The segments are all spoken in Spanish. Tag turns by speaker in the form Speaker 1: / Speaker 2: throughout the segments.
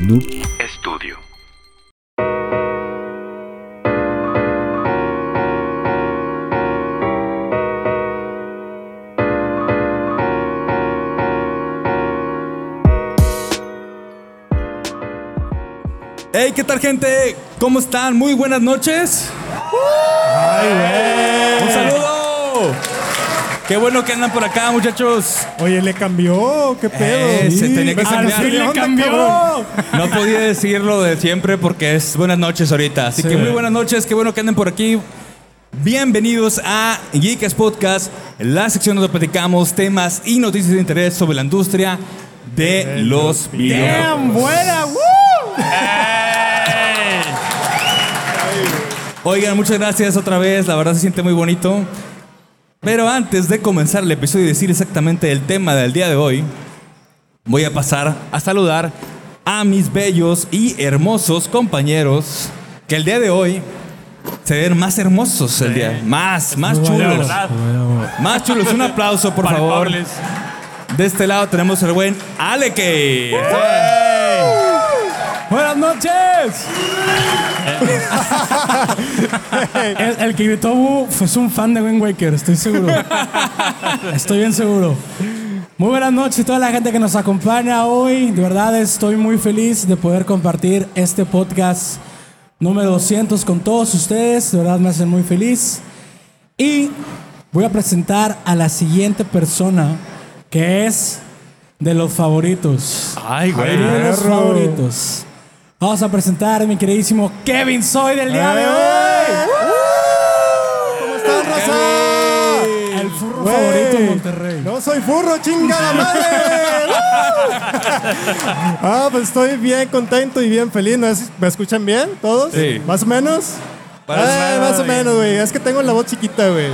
Speaker 1: Noob
Speaker 2: Estudio.
Speaker 3: Hey, ¿qué tal, gente? ¿Cómo están? Muy buenas noches. ¡Un saludo! Qué bueno que andan por acá, muchachos.
Speaker 4: Oye, le cambió, qué pedo.
Speaker 3: Eh, se tenía que
Speaker 4: Al
Speaker 3: cambiar.
Speaker 4: fin
Speaker 3: ¿De
Speaker 4: le
Speaker 3: dónde,
Speaker 4: cambió.
Speaker 3: No podía decir lo de siempre porque es buenas noches ahorita. Así que muy buenas noches, qué bueno que anden por aquí. Bienvenidos a Geekas Podcast, la sección donde platicamos temas y noticias de interés sobre la industria de los videojuegos.
Speaker 4: Damn, buena, woo.
Speaker 3: Oigan, muchas gracias otra vez, la verdad se siente muy bonito. Pero antes de comenzar el episodio y decir exactamente el tema del día de hoy, voy a pasar a saludar a mis bellos y hermosos compañeros que el día de hoy se ven más hermosos el día, más, más chulos. Más chulos, un aplauso por favor. De este lado tenemos el buen Aleke.
Speaker 4: Buenas noches. el, el que gritó "Bu", fue es un fan de Wind Waker, estoy seguro. Estoy bien seguro. Muy buenas noches a toda la gente que nos acompaña hoy. De verdad estoy muy feliz de poder compartir este podcast número 200 con todos ustedes. De verdad me hacen muy feliz. Y voy a presentar a la siguiente persona que es de los favoritos.
Speaker 3: Ay,
Speaker 4: De los Perro. favoritos. Vamos a presentar a mi queridísimo Kevin Soy del día de hoy.
Speaker 5: ¿Cómo están, raza?
Speaker 4: El furro
Speaker 5: Güey,
Speaker 4: favorito de Monterrey.
Speaker 5: No soy furro, chingada madre. ah, pues estoy bien contento y bien feliz. ¿No es- ¿Me escuchan bien todos?
Speaker 3: Sí.
Speaker 5: ¿Más o menos?
Speaker 3: Más o
Speaker 5: Ah,
Speaker 3: menos,
Speaker 5: más o
Speaker 3: güey.
Speaker 5: menos, güey. Es que tengo la voz chiquita, güey.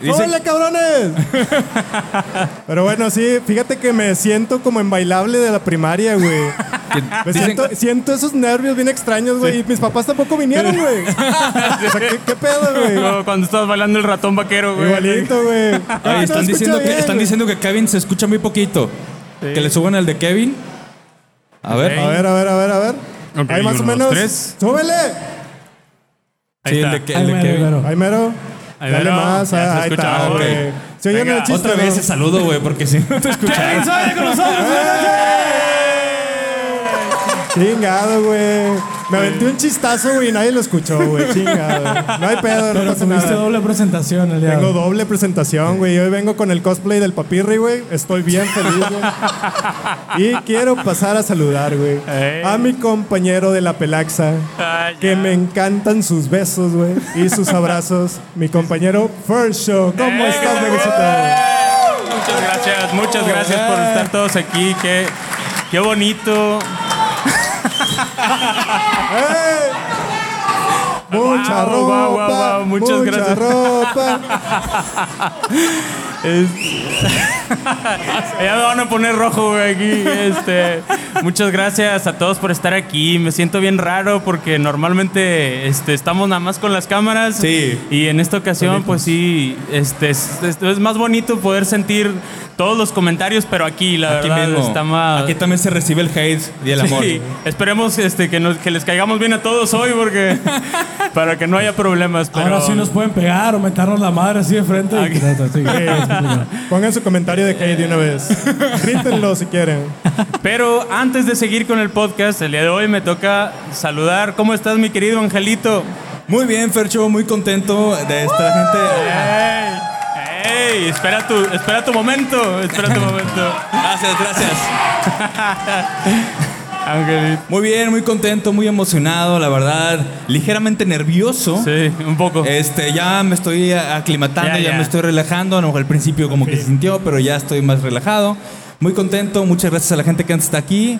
Speaker 3: Dice-
Speaker 5: ¡Hola, cabrones! Pero bueno, sí, fíjate que me siento como en bailable de la primaria, güey. Me
Speaker 3: Dicen-
Speaker 5: siento, siento esos nervios bien extraños, güey. Y mis papás tampoco vinieron, güey. O sea, ¿qué, qué pedo, güey?
Speaker 6: Como cuando estabas bailando el ratón vaquero, güey.
Speaker 5: Igualito, güey.
Speaker 3: Oye,
Speaker 5: Ah, no,
Speaker 3: están,
Speaker 5: escucha
Speaker 3: diciendo que,
Speaker 5: bien,
Speaker 3: están
Speaker 5: güey.
Speaker 3: diciendo que Kevin se escucha muy poquito. Que le suban al de Kevin. A ver.
Speaker 5: A ver, a ver, a ver, a ver.
Speaker 6: Ok,
Speaker 5: Ahí más o
Speaker 6: uno, dos,
Speaker 5: menos.
Speaker 6: tres.
Speaker 5: ¡Súbele!
Speaker 6: Ahí
Speaker 3: Sí, el
Speaker 6: está.
Speaker 3: de, Ke- el
Speaker 4: Ay,
Speaker 3: de
Speaker 4: me
Speaker 3: Kevin.
Speaker 4: libero.
Speaker 5: Ahí mero.
Speaker 6: Ahí
Speaker 5: Dale
Speaker 6: mero.
Speaker 5: más.
Speaker 6: Ya se
Speaker 5: ah, ahí
Speaker 6: escucha,
Speaker 5: está,
Speaker 6: ok.
Speaker 5: güey. Se oyen
Speaker 6: Venga,
Speaker 5: el chiste,
Speaker 3: Otra
Speaker 5: ¿no?
Speaker 3: vez el saludo, güey, porque si no te
Speaker 6: Kevin
Speaker 3: escuchas.
Speaker 6: Soya con nosotros.
Speaker 5: Chingado, güey. Me aventé un chistazo, güey, y nadie lo escuchó, güey. Chingado. No hay pedo, no
Speaker 4: Pero
Speaker 5: pasa
Speaker 4: tuviste
Speaker 5: nada.
Speaker 4: doble presentación el día de
Speaker 5: Tengo
Speaker 4: hoy.
Speaker 5: doble presentación, güey. Hoy vengo con el cosplay del papirri, güey. Estoy bien feliz, güey. Y quiero pasar a saludar, güey.
Speaker 6: Ey.
Speaker 5: A mi compañero de la pelaxa.
Speaker 6: Ay, ya.
Speaker 5: Que me encantan sus besos, güey. Y sus abrazos. Mi compañero First Show. ¿Cómo
Speaker 6: Eh,
Speaker 5: estás,
Speaker 6: eh,
Speaker 5: Megacita?
Speaker 6: Muchas gracias, muchas gracias por estar todos aquí. Qué, qué bonito.
Speaker 5: Mucha
Speaker 6: Guau,
Speaker 5: ropa.
Speaker 6: guau, guau, guau, muchas
Speaker 5: mucha
Speaker 6: gracias.
Speaker 5: ropa.
Speaker 6: Ya me van a poner rojo, güey, aquí. Este, muchas gracias a todos por estar aquí. Me siento bien raro porque normalmente este, estamos nada más con las cámaras.
Speaker 3: Sí.
Speaker 6: Y en esta ocasión, pues sí, este, es, es- es más bonito poder sentir todos los comentarios, pero aquí, la
Speaker 3: Aquí
Speaker 6: verdad,
Speaker 3: mismo.
Speaker 6: está más.
Speaker 3: Aquí también se recibe el hate y el amor.
Speaker 6: Sí, esperemos este, que, nos- que les caigamos bien a todos hoy porque para que no haya problemas. Pero
Speaker 4: Ahora sí nos pueden pegar o meternos la madre así de frente. y- Sí,
Speaker 5: Pongan su comentario de hate de una vez. Grítenlo si quieren.
Speaker 6: Pero antes de seguir con el podcast, el día de hoy me toca saludar. ¿Cómo estás, mi querido Angelito?
Speaker 3: Muy bien, Fercho, muy contento de esta gente.
Speaker 6: ¡Ey! ¡Ey! Espera tu, espera tu momento. Espera tu momento.
Speaker 3: Gracias, gracias.
Speaker 6: Angelito.
Speaker 3: Muy bien, muy contento, muy emocionado, la verdad. Ligeramente nervioso.
Speaker 6: Sí, un poco.
Speaker 3: Este, ya me estoy aclimatando,
Speaker 6: Ya,
Speaker 3: ya,
Speaker 6: ya.
Speaker 3: me estoy relajando. A lo mejor al principio como que se sintió, pero ya estoy más relajado. Muy contento, muchas gracias a la gente que antes está aquí.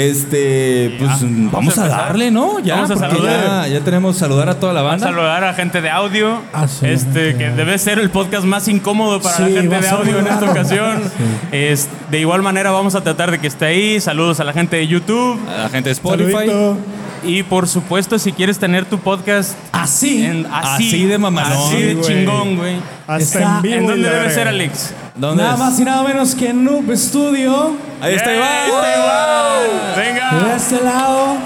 Speaker 3: Este, pues
Speaker 6: ah,
Speaker 3: mm,
Speaker 6: vamos
Speaker 3: vamos
Speaker 6: a
Speaker 3: a
Speaker 6: empezar.
Speaker 3: darle, ¿no? Ya,
Speaker 6: Vamos a
Speaker 3: porque
Speaker 6: saludar.
Speaker 3: ya, ya tenemos saludar a toda la banda.
Speaker 6: Saludar a gente de audio,
Speaker 4: Ah, sí,
Speaker 6: este
Speaker 4: gente
Speaker 6: que
Speaker 4: de audio.
Speaker 6: debe ser el podcast más incómodo para
Speaker 4: Sí,
Speaker 6: la
Speaker 4: va
Speaker 6: gente
Speaker 4: a
Speaker 6: de
Speaker 4: ser
Speaker 6: audio
Speaker 4: muy
Speaker 6: en esta
Speaker 4: raro.
Speaker 6: ocasión. Es- de igual manera vamos a tratar de que esté ahí. Saludos a la gente de YouTube
Speaker 3: A la gente de Spotify.
Speaker 5: Saludito.
Speaker 6: y por supuesto si quieres tener tu podcast
Speaker 4: Así.
Speaker 6: en, así,
Speaker 3: Así de mamalón,
Speaker 6: así de
Speaker 5: güey.
Speaker 6: chingón, güey.
Speaker 5: Hasta
Speaker 4: Está-
Speaker 5: en vivo.
Speaker 6: ¿En
Speaker 5: y
Speaker 6: dónde
Speaker 5: la
Speaker 6: debe
Speaker 5: verga.
Speaker 6: ser Alex?
Speaker 3: ¿Dónde
Speaker 4: Nada
Speaker 3: es?
Speaker 4: más y nada menos que Noob Studio.
Speaker 3: Ahí está
Speaker 6: ¡Eh,
Speaker 3: Iván.
Speaker 6: está Iván! Venga.
Speaker 4: Let's este lado.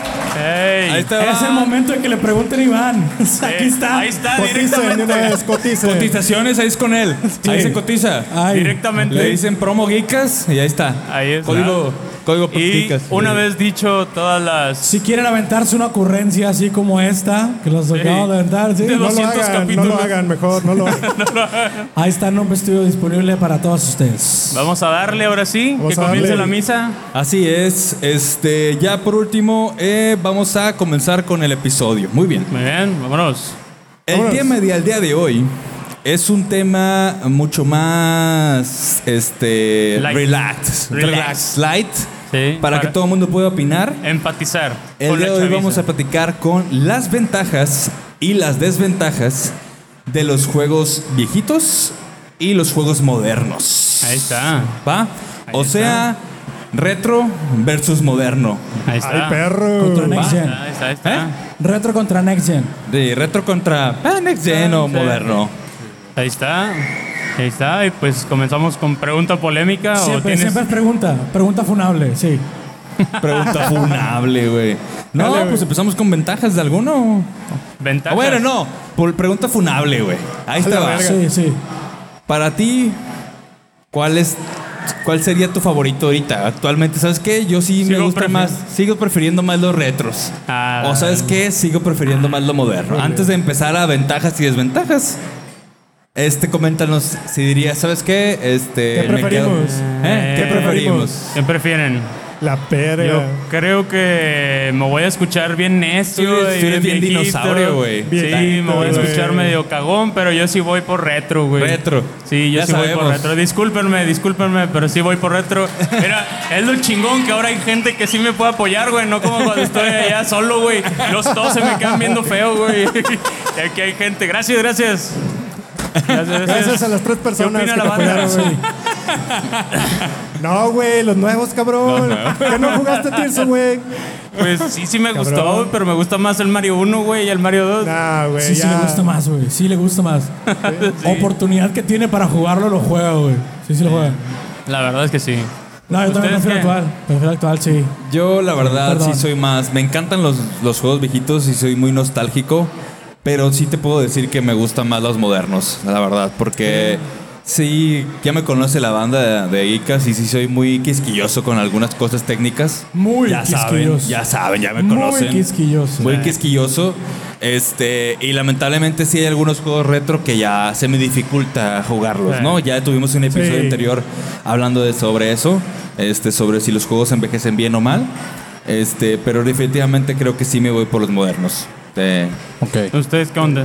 Speaker 6: Ey.
Speaker 3: Ahí está.
Speaker 4: Es el momento en que le pregunten a Iván. O sea,
Speaker 6: Eh,
Speaker 4: Aquí está.
Speaker 6: Ahí está,
Speaker 5: Coticen de
Speaker 6: directamente.
Speaker 5: una vez, coticen.
Speaker 3: Cotizaciones, ahí es con él. Ahí se cotiza.
Speaker 4: Ay.
Speaker 6: Directamente.
Speaker 3: Le dicen promo geekas y ahí está.
Speaker 6: Ahí está.
Speaker 3: Código, código
Speaker 6: Y
Speaker 3: geekas.
Speaker 6: una vez dicho todas las.
Speaker 4: Si quieren aventarse una ocurrencia así como esta, que los acabo de aventar, ¿sí?
Speaker 6: De
Speaker 5: No lo
Speaker 6: 200
Speaker 5: hagan, no
Speaker 6: capítulos.
Speaker 5: lo hagan, mejor, no lo hagan.
Speaker 4: Ahí está el nombre estudio disponible para todos ustedes.
Speaker 6: Vamos a darle ahora sí,
Speaker 5: Vamos
Speaker 6: que
Speaker 5: a
Speaker 6: comience
Speaker 5: darle.
Speaker 6: la misa.
Speaker 3: Así es. Este, ya por último, eh, vamos a comenzar con el episodio. Muy bien.
Speaker 6: Muy bien, vámonos.
Speaker 3: El
Speaker 5: Vámonos.
Speaker 3: tema del día de hoy es un tema mucho más este
Speaker 6: Light.
Speaker 3: relax,
Speaker 6: Relax.
Speaker 3: relax, light,
Speaker 6: Sí,
Speaker 3: para, que
Speaker 6: para-
Speaker 3: todo el mundo pueda opinar.
Speaker 6: Empatizar.
Speaker 3: El
Speaker 6: con
Speaker 3: día de
Speaker 6: la
Speaker 3: hoy
Speaker 6: chaviza.
Speaker 3: vamos a platicar con las ventajas y las desventajas de los juegos viejitos y los juegos modernos.
Speaker 6: Ahí está.
Speaker 3: ¿Va?
Speaker 6: Ahí
Speaker 3: O
Speaker 6: está.
Speaker 3: sea, retro versus moderno.
Speaker 6: Ahí está. Ah,
Speaker 5: Ay, perro.
Speaker 4: Contra Next Gen.
Speaker 6: Ahí está, ahí está.
Speaker 4: Retro contra Next Gen.
Speaker 3: De retro contra ah, next gen o
Speaker 6: Sí.
Speaker 3: moderno.
Speaker 6: Ahí está. Ahí está. Y pues comenzamos con pregunta polémica. o
Speaker 4: Siempre,
Speaker 6: Ah, tienes...
Speaker 4: siempre es pregunta. Pregunta funable, sí.
Speaker 3: Pregunta funable, güey. No,
Speaker 5: Dale, güey.
Speaker 3: pues empezamos con ventajas de alguno. Ah,
Speaker 6: Ventajas.
Speaker 3: bueno, no. Por pregunta funable, güey. Ahí
Speaker 5: la
Speaker 3: estaba.
Speaker 5: verga.
Speaker 4: Sí, sí.
Speaker 3: Para ti, ¿cuál es cuál sería tu favorito ahorita? Actualmente, ¿sabes qué? Yo sí me
Speaker 6: Sigo
Speaker 3: gusta
Speaker 6: prefi-
Speaker 3: más. Sigo prefiriendo más los retros.
Speaker 6: Ah,
Speaker 3: o sabes qué? Sigo prefiriendo más lo moderno. Antes de empezar a ventajas y desventajas. Este, coméntanos si dirías, ¿sabes qué? Este,
Speaker 5: ¿Qué
Speaker 3: me quedo-
Speaker 5: preferimos?
Speaker 3: ¿Eh? ¿Qué
Speaker 6: Eh,
Speaker 3: preferimos? Eh.
Speaker 6: ¿Qué prefieren?
Speaker 5: La perra.
Speaker 6: Yo creo que me voy a escuchar bien necio.
Speaker 3: Tú eres-
Speaker 6: y
Speaker 3: tú eres bien
Speaker 6: viejito.
Speaker 3: dinosaurio, güey.
Speaker 6: Sí,
Speaker 5: Viejito,
Speaker 6: me voy a
Speaker 5: güey.
Speaker 6: escuchar medio cagón, pero yo sí voy por retro, güey.
Speaker 3: Retro.
Speaker 6: Sí, yo
Speaker 3: Ya
Speaker 6: sí voy por
Speaker 3: sabemos.
Speaker 6: retro. Discúlpenme, discúlpenme, pero sí voy por retro. Mira, es lo chingón que ahora hay gente que sí me puede apoyar, güey. No como cuando estoy allá solo, güey. Los todos se me quedan viendo feo, güey. Y aquí hay gente. Gracias, gracias. Gracias, gracias.
Speaker 5: Gracias a las tres personas
Speaker 6: opina
Speaker 5: que
Speaker 6: la
Speaker 5: te
Speaker 6: banda?
Speaker 5: apoyaron, güey. No, güey, los nuevos, cabrón. ¿Qué no jugaste Tirso, güey?
Speaker 6: Pues sí, sí me gustó,
Speaker 5: Cabrón.
Speaker 6: güey, pero me gusta más el Mario 1, güey, y el Mario 2.
Speaker 5: Nah, güey,
Speaker 4: Sí, sí
Speaker 5: ya.
Speaker 4: le gusta más, güey. Sí le gusta más. Oportunidad que tiene para jugarlo, lo juega, güey. Sí, sí lo juega.
Speaker 6: La verdad es que sí.
Speaker 4: No, yo también
Speaker 6: ¿Ustedes
Speaker 4: prefiero
Speaker 6: qué?
Speaker 4: actual. Prefiero actual, sí.
Speaker 3: Yo la verdad
Speaker 4: Perdón.
Speaker 3: sí soy más, me encantan los, los juegos viejitos y soy muy nostálgico, pero sí te puedo decir que me gustan más los modernos, la verdad, porque sí, ya me conoce la banda de, de Geekas y sí soy muy quisquilloso con algunas cosas técnicas.
Speaker 4: Muy
Speaker 3: ya saben,
Speaker 4: quisquilloso.
Speaker 3: ya saben, ya me
Speaker 4: Muy
Speaker 3: conocen.
Speaker 4: quisquilloso.
Speaker 3: Muy quisquilloso. Este, y lamentablemente sí hay algunos juegos retro que ya se me dificulta jugarlos,
Speaker 6: Sí.
Speaker 3: ¿no? Ya tuvimos un episodio
Speaker 5: Sí.
Speaker 3: anterior hablando de sobre eso, este, sobre si los juegos envejecen bien o mal. Este, pero definitivamente creo que sí me voy por los modernos. Eh,
Speaker 4: Ok.
Speaker 6: ¿Ustedes qué onda?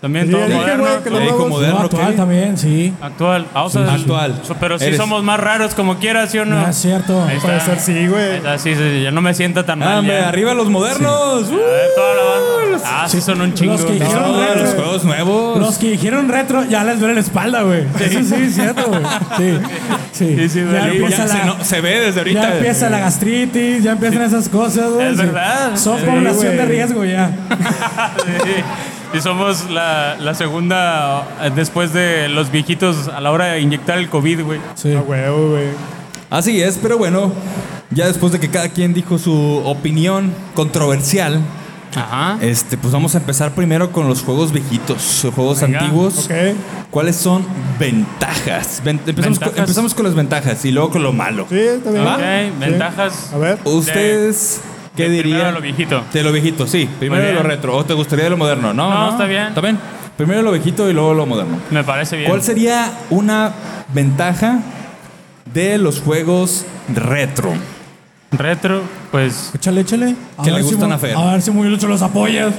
Speaker 6: También
Speaker 5: Sí,
Speaker 6: todo
Speaker 5: dije,
Speaker 6: moderno.
Speaker 5: güey, que
Speaker 3: le
Speaker 5: los
Speaker 3: digo
Speaker 5: nuevos-
Speaker 3: moderno,
Speaker 4: actual
Speaker 3: ¿qué?
Speaker 4: también, sí.
Speaker 6: Actual. Ah, o sea,
Speaker 3: Actual.
Speaker 6: so- Pero sí
Speaker 3: Eres.
Speaker 6: somos más raros como quieras, ¿sí o no?
Speaker 5: Ah,
Speaker 4: No es cierto.
Speaker 6: Ahí está.
Speaker 5: Puede ser, sí,
Speaker 6: Ahí
Speaker 5: güey.
Speaker 6: está, sí, sí, sí, ya no me siento tan
Speaker 3: Ah,
Speaker 6: mal.
Speaker 3: hombre,
Speaker 6: ya.
Speaker 3: arriba los modernos.
Speaker 6: A ver, toda la banda. Ah, sí, son un chingo.
Speaker 4: Los que
Speaker 6: No,
Speaker 3: Uh,
Speaker 4: dijeron
Speaker 3: no,
Speaker 4: retro.
Speaker 3: los juegos nuevos.
Speaker 4: Los que dijeron retro ya les duele la espalda, güey. Eso sí es cierto, güey. Sí. Sí.
Speaker 6: Sí, sí,
Speaker 4: ya
Speaker 6: duele.
Speaker 4: empieza,
Speaker 3: Ya se,
Speaker 4: la,
Speaker 3: no- se ve desde ahorita.
Speaker 4: ya empieza la gastritis, ya empiezan esas cosas, güey.
Speaker 6: Es
Speaker 4: Sí.
Speaker 6: verdad.
Speaker 4: Son
Speaker 6: Sí,
Speaker 4: población
Speaker 5: güey.
Speaker 4: de riesgo ya.
Speaker 6: sí. Y somos la, la segunda eh, después de los viejitos a la hora de inyectar el COVID, güey.
Speaker 4: Sí.
Speaker 5: A huevo, güey.
Speaker 3: Así es, pero bueno, ya después de que cada quien dijo su opinión controversial,
Speaker 6: Ajá.
Speaker 3: Este, pues vamos a empezar primero con los juegos viejitos, los juegos
Speaker 6: Venga,
Speaker 3: antiguos.
Speaker 5: Ok.
Speaker 3: ¿Cuáles son ventajas? Ven- empezamos,
Speaker 6: Ventajas.
Speaker 3: Con, empezamos con las ventajas y luego con lo malo.
Speaker 5: Sí, está bien.
Speaker 6: Ok,
Speaker 5: Sí.
Speaker 6: ventajas.
Speaker 5: A ver.
Speaker 3: ¿Ustedes qué
Speaker 6: De primero
Speaker 3: dirían?
Speaker 6: lo viejito.
Speaker 3: De lo viejito, sí. Primero de
Speaker 6: bien.
Speaker 3: lo retro. ¿O te gustaría de lo moderno? No,
Speaker 6: No, está bien.
Speaker 3: Está bien. Primero lo viejito y luego lo moderno.
Speaker 6: Me parece bien.
Speaker 3: ¿Cuál sería una ventaja de los juegos retro?
Speaker 6: Retro, pues.
Speaker 4: Échale, échale.
Speaker 3: Que le
Speaker 4: ver si
Speaker 3: gustan
Speaker 4: Mu-
Speaker 3: a Fer.
Speaker 4: A ver si muy lucho los apoyas.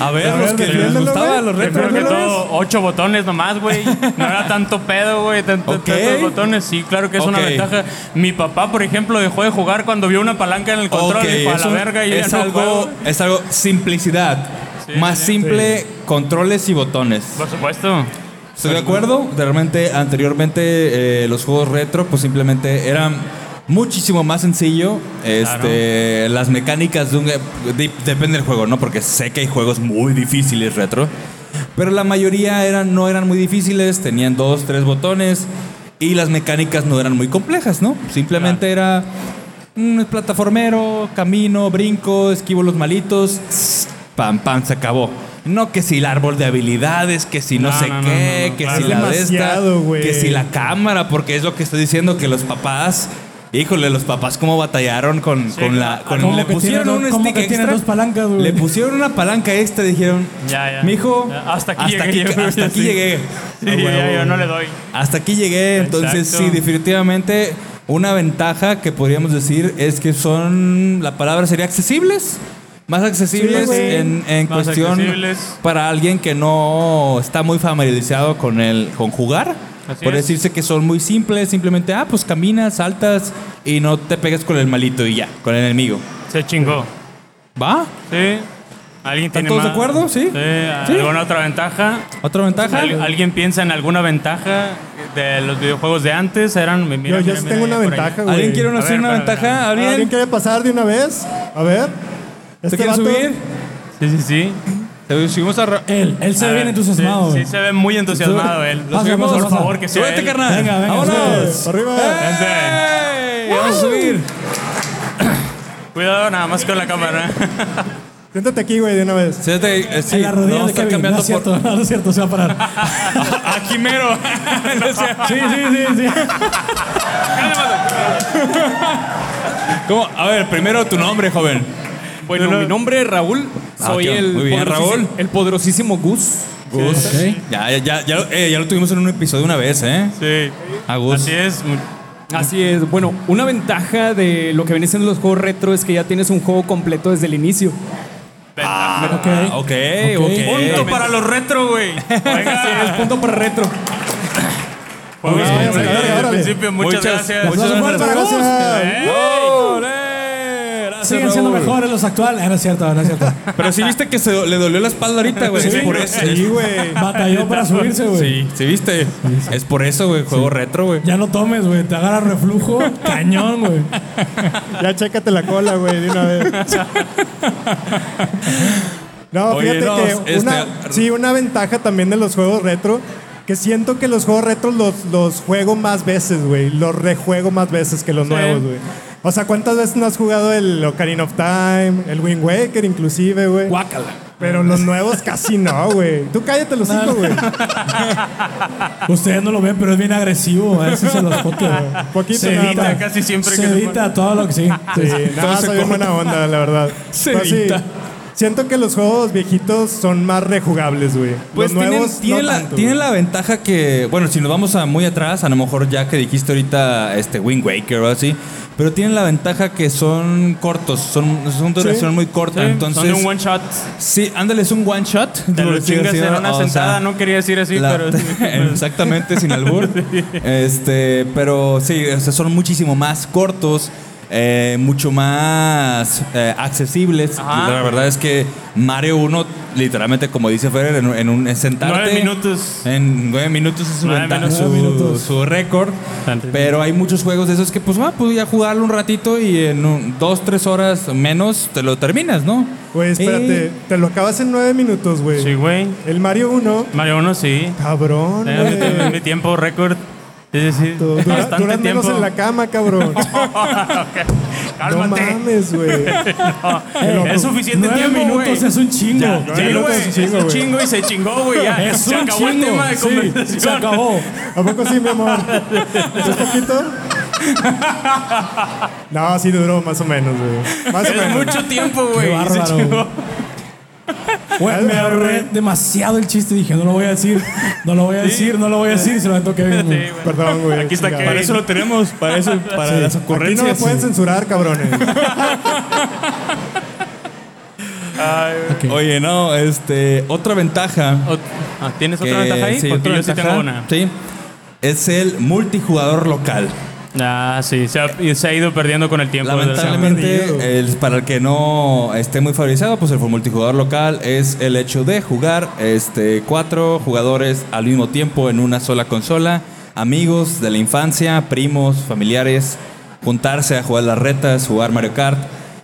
Speaker 3: A ver,
Speaker 5: A
Speaker 3: los
Speaker 5: ver,
Speaker 3: que les
Speaker 5: defiéndelo,
Speaker 3: gustaban
Speaker 5: güey.
Speaker 3: los
Speaker 6: Yo creo
Speaker 3: retro.
Speaker 6: que
Speaker 5: ¿Retro no
Speaker 6: todo, ocho botones nomás, güey. No era tanto pedo, güey. Tanto,
Speaker 3: Ok.
Speaker 6: Tantos botones. Sí, claro que es una
Speaker 3: Ok.
Speaker 6: ventaja. Mi papá, por ejemplo, dejó de jugar cuando vio una palanca en el control.
Speaker 3: Ok,
Speaker 6: dijo, a la
Speaker 3: eso
Speaker 6: verga, y
Speaker 3: es
Speaker 6: ya no
Speaker 3: algo,
Speaker 6: juego".
Speaker 3: es algo simplicidad.
Speaker 6: Sí,
Speaker 3: Más
Speaker 6: sí,
Speaker 3: simple, controles y botones.
Speaker 6: Por supuesto.
Speaker 3: Estoy de acuerdo. De Realmente, anteriormente, eh, los juegos retro, pues simplemente eran muchísimo más sencillo. Este, Las mecánicas de un. de- depende del juego, ¿no? Porque sé que hay juegos muy difíciles retro. Pero la mayoría eran, no eran muy difíciles, tenían dos, tres botones. Y las mecánicas no eran muy complejas, ¿no? Simplemente era mm, es plataformero, camino, brinco, esquivo los malitos. tss, Pam, pam, se acabó. No que si el árbol de habilidades, que si no,
Speaker 6: No,
Speaker 3: sé
Speaker 6: no, no,
Speaker 3: qué,
Speaker 6: no, no,
Speaker 3: que
Speaker 6: claro.
Speaker 3: si la de esta,
Speaker 5: Demasiado, güey.
Speaker 3: que si la cámara, porque es lo que estoy diciendo que los papás, híjole, los papás cómo batallaron con, con la, con-
Speaker 4: Como
Speaker 3: le
Speaker 4: que tiene
Speaker 3: pusieron
Speaker 4: dos-
Speaker 3: un
Speaker 4: como
Speaker 3: stick
Speaker 4: que tiene
Speaker 3: extra,
Speaker 4: dos palancas, güey.
Speaker 3: le pusieron una palanca extra, y dijeron,
Speaker 6: Ya, ya.
Speaker 3: mijo,
Speaker 6: Ya, hasta aquí
Speaker 3: hasta
Speaker 6: llegué,
Speaker 3: aquí,
Speaker 6: yo".
Speaker 3: hasta aquí
Speaker 6: Sí.
Speaker 3: llegué.
Speaker 6: Sí, yo, yo- yo no le doy.
Speaker 3: Hasta aquí llegué, entonces
Speaker 6: Exacto.
Speaker 3: sí, definitivamente una ventaja que podríamos decir es que son, la palabra sería accesibles, más accesibles
Speaker 5: Sí, güey.
Speaker 3: en, en
Speaker 6: Más
Speaker 3: cuestión
Speaker 6: accesibles.
Speaker 3: para alguien que no está muy familiarizado con el con jugar.
Speaker 6: Así
Speaker 3: por
Speaker 6: es.
Speaker 3: decirse que son muy simples, simplemente, ah, pues caminas, saltas y no te pegas con el malito y ya, con el enemigo.
Speaker 6: Se chingó.
Speaker 3: ¿Va?
Speaker 6: Sí. ¿Alguien
Speaker 3: ¿Están
Speaker 6: tiene
Speaker 3: todos de
Speaker 6: más?
Speaker 3: acuerdo? Sí. Sí.
Speaker 6: ¿Alguna otra ventaja?
Speaker 3: ¿Otra ventaja?
Speaker 6: ¿Al- ¿Alguien piensa en alguna ventaja de los videojuegos de antes? Eran,
Speaker 5: yo yo
Speaker 6: mira, mira,
Speaker 5: sí
Speaker 6: mira,
Speaker 5: tengo
Speaker 6: ahí
Speaker 5: una
Speaker 6: por
Speaker 5: ventaja, güey.
Speaker 3: ¿Alguien quiere
Speaker 6: A
Speaker 3: hacer
Speaker 6: ver,
Speaker 3: una
Speaker 6: espera,
Speaker 3: ventaja?
Speaker 6: espera.
Speaker 5: ¿Alguien
Speaker 3: ¿Alguien?
Speaker 5: quiere pasar de una vez? A ver. Este
Speaker 3: ¿Te quieres
Speaker 5: vato-
Speaker 3: subir?
Speaker 6: Sí, sí, sí.
Speaker 3: Te subimos a... ra-
Speaker 4: Él, él se
Speaker 6: A
Speaker 4: ve bien
Speaker 6: ver,
Speaker 3: Pues,
Speaker 4: entusiasmado,
Speaker 6: Sí,
Speaker 4: güey.
Speaker 6: sí se ve muy entusiasmado él. Lo
Speaker 4: Pasa,
Speaker 6: subimos,
Speaker 4: pasa,
Speaker 6: por
Speaker 4: pasa.
Speaker 6: favor, que sea
Speaker 3: Súbete,
Speaker 6: él.
Speaker 3: carnal.
Speaker 4: Venga, venga,
Speaker 3: Vámonos.
Speaker 5: súbete. Este, Arriba.
Speaker 6: Eh.
Speaker 3: ¡Ey! Vamos a subir.
Speaker 6: Cuidado nada más con la cámara.
Speaker 5: Siéntate aquí, güey, de una vez.
Speaker 3: Siéntate, eh, sí,
Speaker 4: en la rodilla
Speaker 3: no,
Speaker 4: de
Speaker 3: está
Speaker 4: Kevin. No
Speaker 3: cambiando
Speaker 4: es cierto, no, no es cierto, se va a parar.
Speaker 3: por... Aquí mero. No es cierto.
Speaker 4: Sí, sí, sí, sí.
Speaker 3: ¿Cómo? A ver, primero tu nombre, joven.
Speaker 1: Bueno, mi nombre es Raúl.
Speaker 3: Ah,
Speaker 1: Soy
Speaker 3: ok.
Speaker 1: el,
Speaker 3: Muy bien, Raúl.
Speaker 1: el poderosísimo Gus.
Speaker 3: Gus.
Speaker 4: Ok.
Speaker 3: Ya, ya, ya, ya, lo- eh, ya lo tuvimos en un episodio una vez, ¿eh?
Speaker 6: Sí.
Speaker 3: A Gus.
Speaker 6: Así es. mu-
Speaker 1: Así es. Bueno, una ventaja de lo que vienen siendo los juegos retro es que ya tienes un juego completo desde el inicio.
Speaker 3: Ah, ok, ok.
Speaker 6: Punto para los retro, güey.
Speaker 1: Es
Speaker 6: Oiga,
Speaker 1: punto para retro.
Speaker 6: Juegos
Speaker 5: bien, órale,
Speaker 6: completos eh, desde el
Speaker 5: órale.
Speaker 6: principio. Muchas,
Speaker 3: Muchas-
Speaker 6: gracias.
Speaker 3: muchas
Speaker 5: Aplauso fuerte,
Speaker 3: gracias.
Speaker 5: gracias.
Speaker 6: Eh,
Speaker 3: ¡Ole! Gracias,
Speaker 4: Siguen siendo
Speaker 3: Raúl.
Speaker 4: mejores los actuales. Ah, No es cierto, no es cierto.
Speaker 3: Pero sí viste que se do- le dolió la espalda ahorita, güey. es por eso.
Speaker 5: Sí, güey.
Speaker 4: Batalló para subirse, güey.
Speaker 3: Sí, sí viste. Es por eso, güey. Juego retro, güey.
Speaker 4: Ya no tomes, güey. Te agarra reflujo. Cañón, güey.
Speaker 5: Ya chécate la cola, güey, de una vez. No,
Speaker 3: Oye,
Speaker 5: fíjate
Speaker 3: no,
Speaker 5: que
Speaker 3: este-
Speaker 5: una, sí, una ventaja también de los juegos retro, que siento que los juegos retro los, los juego más veces, güey. Los rejuego más veces que los nuevos, güey. O sea, ¿cuántas veces no has jugado el Ocarina of Time, el Wind Waker inclusive, güey?
Speaker 4: Guácala.
Speaker 5: Pero los nuevos casi no, güey. Tú cállate los cinco, güey.
Speaker 4: Ustedes no lo ven, pero es bien agresivo. A ver si se los foto, güey.
Speaker 5: Poquito
Speaker 4: Se
Speaker 5: nada
Speaker 4: edita
Speaker 5: más.
Speaker 6: casi siempre
Speaker 4: Se
Speaker 6: que se
Speaker 4: edita todo lo que sí.
Speaker 5: Sí,
Speaker 4: Sí.
Speaker 5: nada, soy bien buena onda, la verdad.
Speaker 3: Se
Speaker 5: Pero sí,
Speaker 3: edita.
Speaker 5: siento que los juegos viejitos son más rejugables, güey.
Speaker 3: Pues
Speaker 5: los
Speaker 3: tienen,
Speaker 5: nuevos
Speaker 3: tienen
Speaker 5: no
Speaker 3: la,
Speaker 5: tanto,
Speaker 3: tienen
Speaker 5: güey.
Speaker 3: la ventaja que, bueno, si nos vamos a muy atrás, a lo mejor ya que dijiste ahorita este Wind Waker o así, pero tienen la ventaja que son cortos, son, son de duración muy corta,
Speaker 6: sí,
Speaker 3: entonces
Speaker 6: Son de un one shot.
Speaker 3: sí, ándale, es un one shot.
Speaker 6: Te
Speaker 3: Por
Speaker 6: lo
Speaker 3: decir
Speaker 6: chingas
Speaker 3: así,
Speaker 6: en una
Speaker 3: o sea,
Speaker 6: sentada. No quería decir así,
Speaker 3: la-
Speaker 6: pero...
Speaker 3: exactamente, sin albur. Este, pero sí, o sea, son muchísimo más cortos, eh, mucho más eh, accesibles.
Speaker 6: Ajá.
Speaker 3: La verdad es que Mario 1, literalmente, como dice Ferrer, en, en un en sentarte.
Speaker 6: Nueve minutos.
Speaker 3: En nueve minutos es su
Speaker 6: Nueve
Speaker 3: ventaja,
Speaker 6: minutos.
Speaker 3: su,
Speaker 4: Nueve minutos.
Speaker 3: su récord.
Speaker 6: Tanto.
Speaker 3: Pero hay muchos juegos de esos que, pues, va, pues ya jugarlo un ratito y en un- dos, tres horas menos te lo terminas, ¿no?
Speaker 5: Güey, espérate,
Speaker 3: Eh,
Speaker 5: te lo acabas en nueve minutos, güey.
Speaker 6: Sí, güey.
Speaker 5: El Mario 1,
Speaker 6: Mario 1, sí.
Speaker 5: cabrón.
Speaker 6: Eh, mi tiempo-
Speaker 5: güey.
Speaker 6: mi tiempo récord. Sí, sí, sí.
Speaker 5: Dura-
Speaker 6: Bastante
Speaker 5: duras menos
Speaker 6: tiempo.
Speaker 5: en la cama, cabrón. no
Speaker 6: Cálmate.
Speaker 5: mames, güey. Eh,
Speaker 6: es suficiente
Speaker 4: Nueve
Speaker 6: tiempo,
Speaker 4: minutos
Speaker 6: güey.
Speaker 4: es un chingo.
Speaker 6: Ya,
Speaker 5: nueve
Speaker 6: sí,
Speaker 5: minutos es un
Speaker 6: güey. Es
Speaker 5: chingo,
Speaker 6: un
Speaker 5: güey.
Speaker 6: chingo y se chingó, güey. ya.
Speaker 4: Es
Speaker 6: se
Speaker 4: un
Speaker 6: acabó
Speaker 4: chingo.
Speaker 6: el tema de
Speaker 4: Sí,
Speaker 6: conversación.
Speaker 4: se acabó.
Speaker 5: ¿A poco sí, mi amor? ¿Un poquito? No, sí duró más o menos, güey. Más o
Speaker 6: Es
Speaker 5: menos.
Speaker 6: mucho tiempo, güey. y Se
Speaker 4: bárbaro.
Speaker 6: chingó.
Speaker 4: Güey, me ahorré demasiado el chiste. Dije, no lo voy a decir. No lo voy a decir, no lo voy a decir. y Se lo aventó Kevin,
Speaker 6: Sí,
Speaker 4: güey.
Speaker 6: güey.
Speaker 5: Perdón, güey.
Speaker 6: Aquí está
Speaker 5: Chingado.
Speaker 6: Kevin.
Speaker 5: Para eso
Speaker 3: lo tenemos, para eso, para
Speaker 5: Sí. Aquí no me pueden censurar, cabrones.
Speaker 3: Oye, no, este, otra ventaja.
Speaker 6: Ot- ah, ¿Tienes otra
Speaker 3: que-
Speaker 6: ventaja ahí?
Speaker 3: sí,
Speaker 6: Porque
Speaker 3: otra
Speaker 6: yo sí
Speaker 3: ventaja,
Speaker 6: tengo una.
Speaker 3: sí, es el multijugador local.
Speaker 6: Ah, sí. Se ha, se ha ido perdiendo con el tiempo.
Speaker 5: perdido.
Speaker 3: Lamentablemente, el- para el que no esté muy favorizado, pues el multijugador local es el hecho de jugar este, cuatro jugadores al mismo tiempo en una sola consola, amigos de la infancia, primos, familiares, juntarse a jugar las retas, jugar Mario Kart.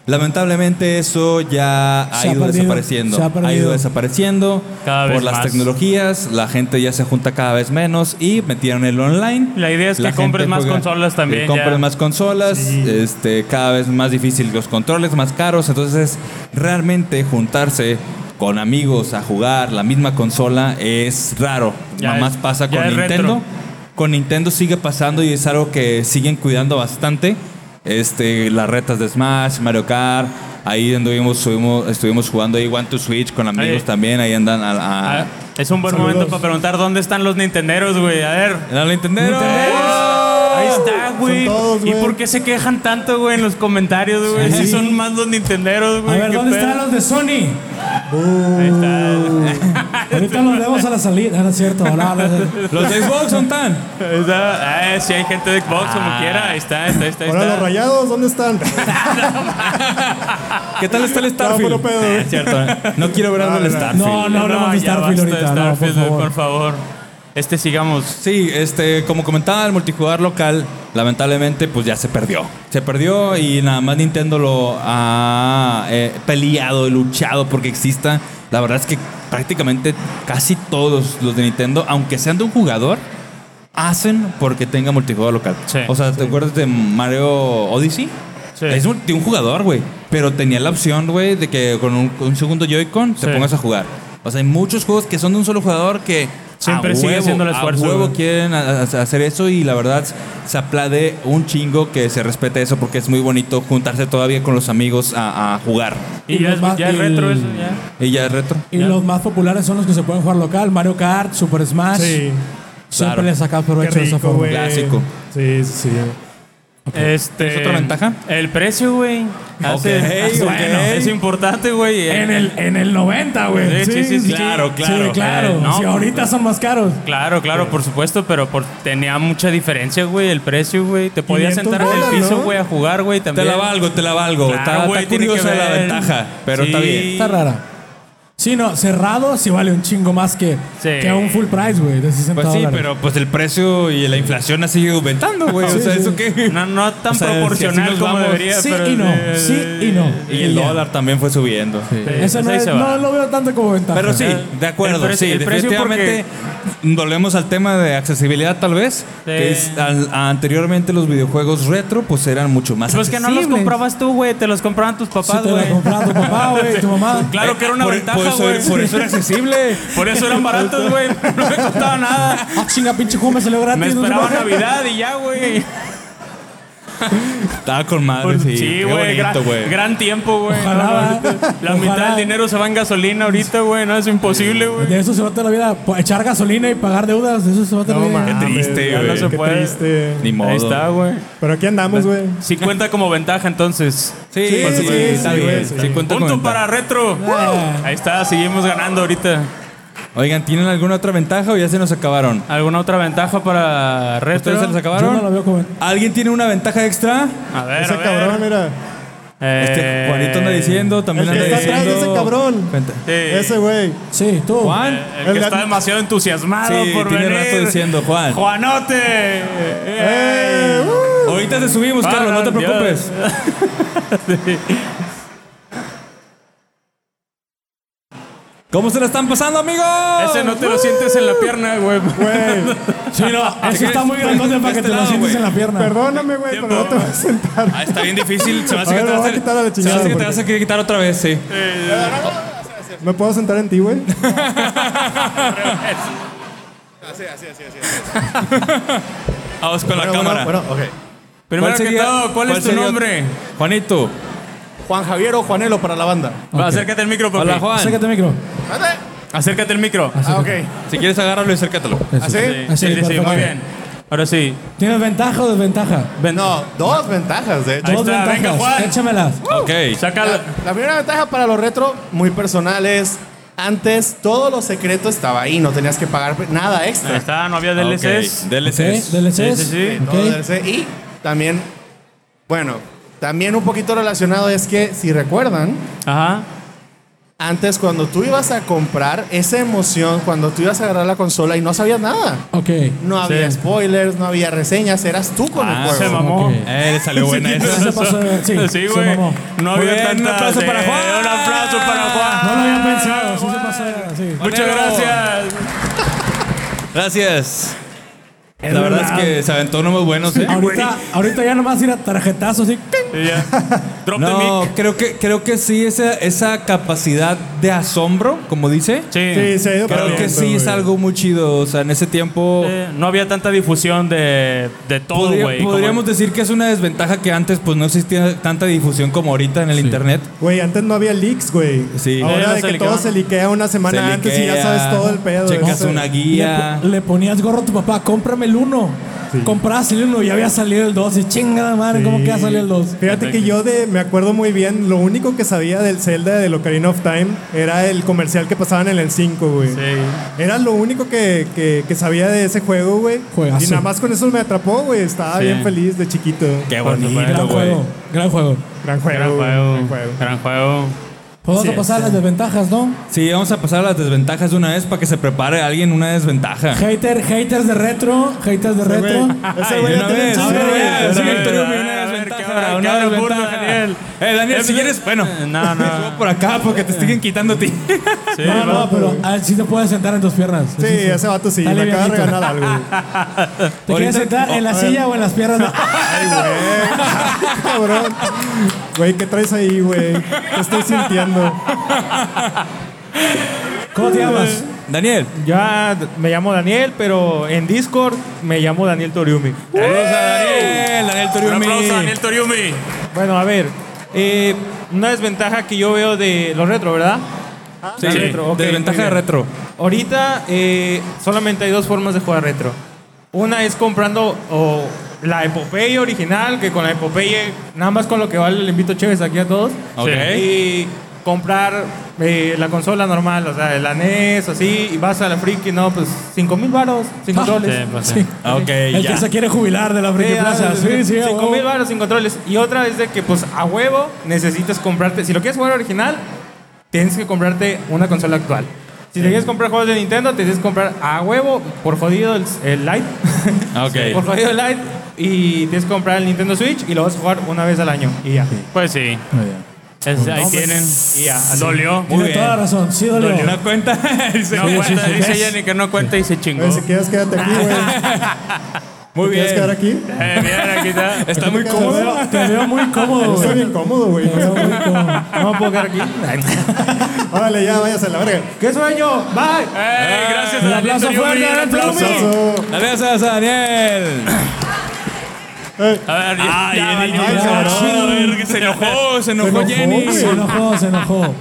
Speaker 3: Lamentablemente eso ya ha
Speaker 4: Se ha
Speaker 3: ido
Speaker 4: perdido,
Speaker 3: desapareciendo.
Speaker 4: se ha
Speaker 3: ha
Speaker 4: perdido.
Speaker 3: ido desapareciendo
Speaker 6: Cada
Speaker 3: por
Speaker 6: vez
Speaker 3: las
Speaker 6: más.
Speaker 3: tecnologías, la gente ya se junta cada vez menos y metieron el online.
Speaker 6: La idea es que
Speaker 3: gente
Speaker 6: compres más
Speaker 3: juega-
Speaker 6: consolas también,
Speaker 3: que compres
Speaker 6: ya.
Speaker 3: más consolas, este, cada vez más difícil los controles, más caros. Entonces, realmente juntarse con amigos a jugar la misma consola es raro.
Speaker 6: Ya
Speaker 3: Nada
Speaker 6: es-
Speaker 3: más pasa
Speaker 6: ya
Speaker 3: con
Speaker 6: es retro.
Speaker 3: Nintendo. Con Nintendo sigue pasando y es algo que siguen cuidando bastante. Este, las retas de Smash, Mario Kart. Ahí anduvimos, subimos- estuvimos jugando ahí One to Switch con amigos
Speaker 6: Ahí.
Speaker 3: también. Ahí andan a. a-
Speaker 6: Ah, es un buen momento para preguntar dónde están los nintenderos, güey. A ver.
Speaker 3: a la Nintendo.
Speaker 6: Ahí está, güey.
Speaker 5: Son todos,
Speaker 6: ¿Y
Speaker 5: güey.
Speaker 6: por qué se quejan tanto, güey, en los comentarios, güey? Si son más los nintenderos,
Speaker 4: A
Speaker 6: güey.
Speaker 4: ver,
Speaker 6: ¿qué
Speaker 4: ¿dónde
Speaker 6: pedo?
Speaker 4: están los de Sony?
Speaker 6: Ahí está.
Speaker 4: Ahorita los vemos a la salida. Ah, No es cierto. no, no, no.
Speaker 3: Los de Xbox son tan.
Speaker 6: Ahí está. Ah, si hay gente de Xbox,
Speaker 3: Ah.
Speaker 6: como quiera. Ahí está, ahí está, ahí está. ahí
Speaker 5: Ahora
Speaker 6: está.
Speaker 5: los rayados, ¿dónde están?
Speaker 3: ¿Qué tal está el Starfield?
Speaker 5: puro pedo, Ah,
Speaker 3: Ah, es cierto. ¿eh? No quiero ver
Speaker 5: No,
Speaker 3: algo del
Speaker 5: no, no.
Speaker 3: Starfield.
Speaker 4: No, no hablamos de
Speaker 6: ya
Speaker 4: Starfield
Speaker 6: basta de
Speaker 4: ahorita, no, por
Speaker 6: Starfield, güey,
Speaker 4: favor.
Speaker 6: por favor. Este, sigamos.
Speaker 3: Sí, este, como comentaba, el multijugador local, lamentablemente, pues ya se perdió. Se perdió y nada más Nintendo lo ha eh, peleado, luchado porque exista. La verdad es que prácticamente casi todos los de Nintendo, aunque sean de un jugador, hacen porque tenga multijugador local.
Speaker 6: Sí,
Speaker 3: o sea, ¿te acuerdas de Mario Odyssey?
Speaker 6: Sí.
Speaker 3: Es un- de un jugador, güey. Pero tenía la opción, güey, de que con un, con un segundo Joy-Con te
Speaker 6: Sí.
Speaker 3: pongas a jugar. O sea, hay muchos juegos que son de un solo jugador que
Speaker 6: Siempre
Speaker 3: a
Speaker 6: sigue
Speaker 3: huevo,
Speaker 6: siendo el esfuerzo,
Speaker 3: A huevo
Speaker 6: güey.
Speaker 3: quieren a- a- hacer eso y la verdad se aplaude un chingo que se respete eso porque es muy bonito juntarse todavía con los amigos a, a jugar.
Speaker 6: Y,
Speaker 4: Y
Speaker 6: ya,
Speaker 4: los
Speaker 6: es,
Speaker 4: más-
Speaker 6: ya es
Speaker 4: y el-
Speaker 6: retro eso, ya.
Speaker 3: Y ya es retro.
Speaker 4: Y los más populares son los que se pueden jugar local. Mario Kart, Super Smash.
Speaker 5: Sí.
Speaker 4: Siempre
Speaker 3: claro.
Speaker 4: le sacas
Speaker 5: Qué
Speaker 4: provecho de esa
Speaker 5: rico,
Speaker 4: forma.
Speaker 5: güey.
Speaker 3: Clásico.
Speaker 5: Sí, sí, sí.
Speaker 6: Este,
Speaker 3: ¿Es otra ventaja?
Speaker 6: El precio, güey. Hace-
Speaker 3: Ok,
Speaker 6: bueno,
Speaker 3: ok.
Speaker 6: Es importante, güey.
Speaker 4: En el, en el 90, güey.
Speaker 6: Sí, sí, sí, sí.
Speaker 3: Claro, claro.
Speaker 4: Sí, claro.
Speaker 6: Eh, no,
Speaker 4: Sí, ahorita son más caros.
Speaker 6: Claro, claro, por supuesto, pero por, tenía mucha diferencia, güey, el precio, güey. Te podías
Speaker 5: 500
Speaker 6: sentar en el
Speaker 5: dólares,
Speaker 6: piso,
Speaker 5: ¿no?
Speaker 6: güey, a jugar, güey,
Speaker 3: Te
Speaker 6: también.
Speaker 3: la valgo, te la valgo.
Speaker 6: Claro,
Speaker 3: está
Speaker 6: güey,
Speaker 3: está
Speaker 6: tiene que
Speaker 3: curiosa la
Speaker 6: ver.
Speaker 3: ventaja, pero está
Speaker 6: Sí.
Speaker 3: bien.
Speaker 4: Está rara. Sí, no, cerrado sí vale un chingo más que,
Speaker 6: Sí.
Speaker 4: que un full price, güey, de 60
Speaker 3: Pues sí,
Speaker 4: dólares.
Speaker 3: pero pues el precio y la inflación ha seguido aumentando, güey. o
Speaker 4: Sí,
Speaker 3: sea,
Speaker 4: sí.
Speaker 3: eso que...
Speaker 6: No, no tan
Speaker 3: O sea, si así
Speaker 6: proporcional
Speaker 3: nos
Speaker 6: como
Speaker 3: vamos.
Speaker 6: debería,
Speaker 4: Sí
Speaker 6: pero...
Speaker 4: y no, sí y no.
Speaker 3: Y el
Speaker 4: ya.
Speaker 3: dólar también fue subiendo.
Speaker 4: Eso no,
Speaker 6: pues ahí
Speaker 4: es-
Speaker 6: se va.
Speaker 4: no lo veo tanto como ventaja.
Speaker 3: Pero sí,
Speaker 6: Ajá.
Speaker 3: de acuerdo,
Speaker 6: El precio-
Speaker 3: sí,
Speaker 6: el precio
Speaker 3: definitivamente volvemos al tema de accesibilidad tal vez, que es al- anteriormente los videojuegos retro pues eran mucho más
Speaker 6: Pues que no los
Speaker 3: accesibles.
Speaker 6: comprabas tú, güey, te los compraban tus
Speaker 4: Si
Speaker 6: papás,
Speaker 4: te la
Speaker 6: güey.
Speaker 4: compraba tu papá, güey, tu mamá.
Speaker 6: claro que era una
Speaker 3: por,
Speaker 6: ventaja,
Speaker 3: por eso,
Speaker 6: güey.
Speaker 3: por eso era accesible.
Speaker 6: Por eso eran baratos, güey, no me costaba nada.
Speaker 4: Ah, chinga, pinche juego me salió gratis.
Speaker 6: Me
Speaker 4: no sé
Speaker 6: esperaba
Speaker 4: por qué.
Speaker 6: Navidad y ya, güey.
Speaker 3: Estaba con madre, sí.
Speaker 6: Pues, Sí,
Speaker 3: Qué
Speaker 6: güey, gra-
Speaker 3: bonito, güey.
Speaker 6: gran tiempo, güey.
Speaker 4: Ojalá,
Speaker 6: No, no,
Speaker 4: ¿verdad?
Speaker 6: La mitad
Speaker 4: Ojalá.
Speaker 6: del dinero se va en gasolina ahorita, güey, no es imposible, güey.
Speaker 4: De eso se va toda la vida. po- Echar gasolina y pagar deudas, de eso se va toda
Speaker 5: No,
Speaker 4: la vida.
Speaker 5: mames,
Speaker 3: triste,
Speaker 5: ya
Speaker 3: güey.
Speaker 5: No se
Speaker 6: Qué
Speaker 5: puede.
Speaker 3: Ni modo.
Speaker 6: Ahí está, güey.
Speaker 5: Pero aquí andamos, güey.
Speaker 6: Sí cuenta como ventaja entonces.
Speaker 3: Sí,
Speaker 5: Sí,
Speaker 3: pues,
Speaker 5: sí,
Speaker 3: güey,
Speaker 5: sí,
Speaker 3: está
Speaker 5: sí,
Speaker 3: bien.
Speaker 5: güey,
Speaker 3: sí
Speaker 5: sí.
Speaker 3: cuenta con
Speaker 6: Punto
Speaker 3: ventaja.
Speaker 6: para retro. Ahí está, seguimos ganando ahorita.
Speaker 3: Oigan, ¿tienen alguna otra ventaja o ya se nos acabaron?
Speaker 6: ¿Alguna otra ventaja para retro?
Speaker 3: ¿Ustedes se les
Speaker 4: Yo no
Speaker 3: acabaron?
Speaker 4: lo veo como.
Speaker 3: ¿Alguien tiene una ventaja extra?
Speaker 6: A ver, a
Speaker 5: Ese
Speaker 6: ver.
Speaker 5: cabrón, mira.
Speaker 6: Eh,
Speaker 3: Este Juanito anda diciendo, también
Speaker 5: El que
Speaker 3: anda
Speaker 5: está atrás de
Speaker 3: diciendo.
Speaker 5: ese cabrón.
Speaker 3: Venta-
Speaker 6: sí,
Speaker 5: Ese güey.
Speaker 4: Sí, tú.
Speaker 3: Juan,
Speaker 6: El que
Speaker 5: El-
Speaker 6: está demasiado entusiasmado
Speaker 3: Sí,
Speaker 6: por
Speaker 3: tiene
Speaker 6: venir.
Speaker 3: rato diciendo, Juan.
Speaker 6: ¡Juanote! ¡Eh!
Speaker 5: ¡Eh! ¡Uh!
Speaker 3: ahorita te subimos,
Speaker 6: Ah,
Speaker 3: Carlos, no te
Speaker 6: Dios.
Speaker 3: preocupes. ¿Cómo se la están pasando, amigos?
Speaker 6: Ese no te lo sientes en la pierna, güey.
Speaker 5: Güey,
Speaker 4: Sí, no, eso
Speaker 3: quieres-
Speaker 4: está muy grandote para que
Speaker 3: este
Speaker 4: te lo
Speaker 3: lado,
Speaker 4: sientes
Speaker 3: güey.
Speaker 4: en la pierna.
Speaker 5: perdóname, güey, pero no te vas a sentar.
Speaker 3: Ah, está bien difícil. Se me hace
Speaker 5: A
Speaker 3: que
Speaker 5: ver,
Speaker 3: te
Speaker 5: me
Speaker 3: vas
Speaker 5: voy
Speaker 3: a
Speaker 5: a quitar a la
Speaker 3: se me hace que te
Speaker 5: chingada.
Speaker 3: vas a querer quitar otra vez, sí.
Speaker 5: ¿Me puedo sentar en ti, güey?
Speaker 3: Vamos con la cámara.
Speaker 2: Bueno, bueno, ok.
Speaker 6: Primero que
Speaker 3: sería-
Speaker 6: todo, ¿cuál, es tu
Speaker 3: sería-
Speaker 6: nombre?
Speaker 3: Juanito.
Speaker 2: Juan Javier o Juanelo para la banda.
Speaker 6: Va, Acércate al micro, papi.
Speaker 3: Hola, Juan.
Speaker 4: Acércate al micro.
Speaker 6: Acércate al micro.
Speaker 2: Ah, ok.
Speaker 3: Si quieres agárralo y acércatelo.
Speaker 2: ¿Así?
Speaker 6: ¿Ah, Sí, sí, sí,
Speaker 4: perfecto.
Speaker 6: muy bien. Ahora sí.
Speaker 4: ¿Tienes ventaja o desventaja?
Speaker 2: No, dos ventajas, de hecho.
Speaker 6: Ahí
Speaker 4: Dos
Speaker 6: está,
Speaker 4: ventajas.
Speaker 6: venga, Juan.
Speaker 4: Échamelas.
Speaker 3: Ok.
Speaker 2: La,
Speaker 6: Sácala.
Speaker 2: la primera ventaja para los retro, muy personal, es antes todo lo secreto estaba ahí, no tenías que pagar nada
Speaker 6: Ahí
Speaker 2: extra.
Speaker 6: está, no había
Speaker 3: Ok,
Speaker 6: DLCs.
Speaker 3: DLCs.
Speaker 4: Ok, DLCs.
Speaker 6: Sí, sí, sí.
Speaker 2: Todo
Speaker 4: Ok.
Speaker 2: DLC. Y también, bueno, también un poquito relacionado es que, si recuerdan,
Speaker 6: Ajá.
Speaker 2: Antes, cuando tú ibas a comprar, esa emoción, cuando tú ibas a agarrar la consola y no sabías nada.
Speaker 4: Ok.
Speaker 2: No había spoilers, no había reseñas, eras tú con el juego.
Speaker 6: se mamó.
Speaker 4: ok.
Speaker 3: Eh, le salió buena
Speaker 4: Eso
Speaker 3: esa.
Speaker 4: se pasó de ver, sí,
Speaker 6: Sí,
Speaker 4: se
Speaker 6: güey.
Speaker 4: mamó.
Speaker 6: No
Speaker 3: Muy
Speaker 6: había
Speaker 3: bien,
Speaker 6: tanta.
Speaker 3: un aplauso
Speaker 6: sí,
Speaker 3: para Juan.
Speaker 6: Un aplauso para Juan.
Speaker 4: No lo había pensado, sí se pasó de ver, sí.
Speaker 6: Muchas
Speaker 3: Manero.
Speaker 6: gracias.
Speaker 3: Gracias. La verdad es que se aventó unos buenos, ¿eh?
Speaker 4: Ahorita, ahorita ya nomás ir a tarjetazos así. ¡ting!
Speaker 6: Y ya. Drop the
Speaker 3: No,
Speaker 6: mic.
Speaker 3: creo que, creo que sí, esa, esa capacidad de asombro, como dice.
Speaker 6: Sí.
Speaker 5: Sí, se ha ido
Speaker 3: Creo que
Speaker 5: perdiendo,
Speaker 3: sí es
Speaker 5: güey.
Speaker 3: algo muy chido. O sea, en ese tiempo
Speaker 6: Eh, no había tanta difusión de, de todo,
Speaker 3: podría-
Speaker 6: güey. como-
Speaker 3: podríamos decir que es una desventaja que antes pues no existía tanta difusión como ahorita en el internet.
Speaker 5: Güey, antes no había leaks, güey.
Speaker 3: Sí.
Speaker 5: Ahora
Speaker 6: Eh,
Speaker 5: de
Speaker 6: no se
Speaker 5: que todo
Speaker 6: liqueaban.
Speaker 5: se liquea una semana
Speaker 3: Se
Speaker 5: antes y ya
Speaker 3: liquea,
Speaker 5: sabes todo el pedo.
Speaker 3: Checas
Speaker 5: ¿no?
Speaker 3: una
Speaker 4: Le,
Speaker 3: guía.
Speaker 4: po- le ponías gorro a tu papá, cómprame el uno. Comprabas el uno y ya había salido el dos. Y chingada madre, ¿cómo que ya salió el dos?
Speaker 5: Fíjate que yo de, me acuerdo muy bien, lo único que sabía del Zelda de Ocarina of Time era el comercial que pasaban en el 5, güey.
Speaker 6: Sí.
Speaker 5: Era lo único que, que- que sabía de ese juego, güey.
Speaker 4: Juegazo.
Speaker 5: Y nada más con eso me atrapó, güey. Estaba
Speaker 6: Sí.
Speaker 5: bien feliz de chiquito.
Speaker 3: Qué
Speaker 6: Por
Speaker 3: bonito,
Speaker 4: Gran
Speaker 3: güey.
Speaker 4: juego, gran juego.
Speaker 5: Gran juego.
Speaker 6: Gran
Speaker 5: güey,
Speaker 6: juego.
Speaker 5: gran juego.
Speaker 6: Gran juego.
Speaker 4: Pues vamos
Speaker 5: Sí,
Speaker 4: a pasar a las desventajas, ¿no?
Speaker 3: Sí, vamos a pasar a las desventajas de una vez para que se prepare alguien una desventaja.
Speaker 4: Hater, haters de retro, haters de retro.
Speaker 5: Ese
Speaker 3: Ay,
Speaker 5: güey ya
Speaker 3: Ah, de una
Speaker 5: tiene
Speaker 3: vez,
Speaker 5: chingo,
Speaker 3: de una
Speaker 5: güey.
Speaker 3: vez,
Speaker 6: de
Speaker 3: sí,
Speaker 6: una vez.
Speaker 3: Antonio, una
Speaker 6: A ver,
Speaker 3: desventaja,
Speaker 6: cabrón,
Speaker 3: una
Speaker 6: cabrón,
Speaker 3: desventaja.
Speaker 6: burla, Daniel.
Speaker 3: Eh, Daniel, si
Speaker 6: Eh,
Speaker 3: quieres, bueno.
Speaker 6: eh, no, no.
Speaker 3: subo por acá porque te siguen quitando a ti.
Speaker 6: Sí,
Speaker 4: No,
Speaker 6: va.
Speaker 4: no, pero ah, sí te puedes sentar en tus piernas.
Speaker 5: Sí, ese vato sí.
Speaker 4: Dale,
Speaker 5: me acaba de
Speaker 4: viejito.
Speaker 5: regalar algo. güey.
Speaker 4: ¿Te quieres sentar en la silla o en las piernas?
Speaker 5: Ay, güey. Cabrón. Güey, ¿qué traes ahí, güey? Te estoy sintiendo.
Speaker 4: ¿Cómo te llamas?
Speaker 3: Daniel,
Speaker 7: Ya me llamo Daniel, pero en Discord me llamo Daniel Toriumi.
Speaker 3: saludos a Daniel, Daniel
Speaker 6: Un
Speaker 3: Toriumi.
Speaker 6: aplauso a Daniel Toriumi.
Speaker 7: Bueno, a ver, eh, una desventaja que yo veo de los retro, ¿verdad?
Speaker 3: Sí,
Speaker 7: Ah, retro, ok,
Speaker 3: desventaja
Speaker 7: muy
Speaker 3: de
Speaker 7: bien.
Speaker 3: retro.
Speaker 7: Ahorita eh, solamente hay dos formas de jugar retro. Una es comprando o la epopeya original, que con la epopeya, nada más con lo que vale, le invito chéves aquí a todos.
Speaker 3: Ok.
Speaker 7: Y comprar eh, la consola normal, o sea, la NES, así, y vas a la friki, no, pues 5 mil baros, 5 dólares.
Speaker 6: Sí, pues,
Speaker 4: Sí.
Speaker 3: Ah, Ok,
Speaker 4: El
Speaker 3: ya.
Speaker 4: que se quiere jubilar de la Friki Plaza. Sí, sí, oh. a
Speaker 7: 5
Speaker 4: huevo.
Speaker 7: mil baros sin controles. Y otra es de que, pues, a huevo necesitas comprarte. Si lo quieres jugar original, tienes que comprarte una consola actual. Si te quieres comprar juegos de Nintendo, te tienes que comprar a huevo, por jodido, el, el Lite.
Speaker 3: Ah, ok.
Speaker 7: por jodido el Lite. Y tienes que comprar el Nintendo Switch y lo vas a jugar una vez al año. Y ya.
Speaker 6: Pues sí. Es- ahí tienen.
Speaker 7: Y ya. así.
Speaker 6: Dolió.
Speaker 4: Tiene
Speaker 3: bien.
Speaker 4: toda la razón. Sí, dolió.
Speaker 3: ¿No cuenta? Dice-
Speaker 6: No cuenta,
Speaker 4: sí, sí.
Speaker 6: dice Jenny que no cuenta y se chingó.
Speaker 5: Güey, si quieres, quédate aquí, güey.
Speaker 3: Muy
Speaker 5: ¿Te ¿Quieres
Speaker 3: bien.
Speaker 5: quedar aquí?
Speaker 6: Eh, mira, aquí está.
Speaker 3: Está muy
Speaker 4: Te
Speaker 3: cómodo.
Speaker 4: veo, te veo muy cómodo, pues,
Speaker 5: Estoy
Speaker 4: güey.
Speaker 5: bien cómodo, güey.
Speaker 4: Te veo muy cómodo.
Speaker 7: No me puedo quedar aquí.
Speaker 5: Órale, ya, váyase a la verga.
Speaker 7: ¡Qué sueño! ¡Bye!
Speaker 6: Eh, gracias a
Speaker 4: Un
Speaker 6: Daniel
Speaker 4: aplauso fuerte,
Speaker 6: Toriumi, un
Speaker 4: Daniel
Speaker 6: aplauso.
Speaker 5: Eso.
Speaker 3: Gracias a Daniel.
Speaker 6: A ver, ya,
Speaker 3: Ay,
Speaker 6: ya,
Speaker 3: Ah, Jenny,
Speaker 6: valió.
Speaker 3: ya,
Speaker 4: cabrón.
Speaker 3: a ver, que se enojó, se enojó Jenny.
Speaker 4: Se enojó, se enojó.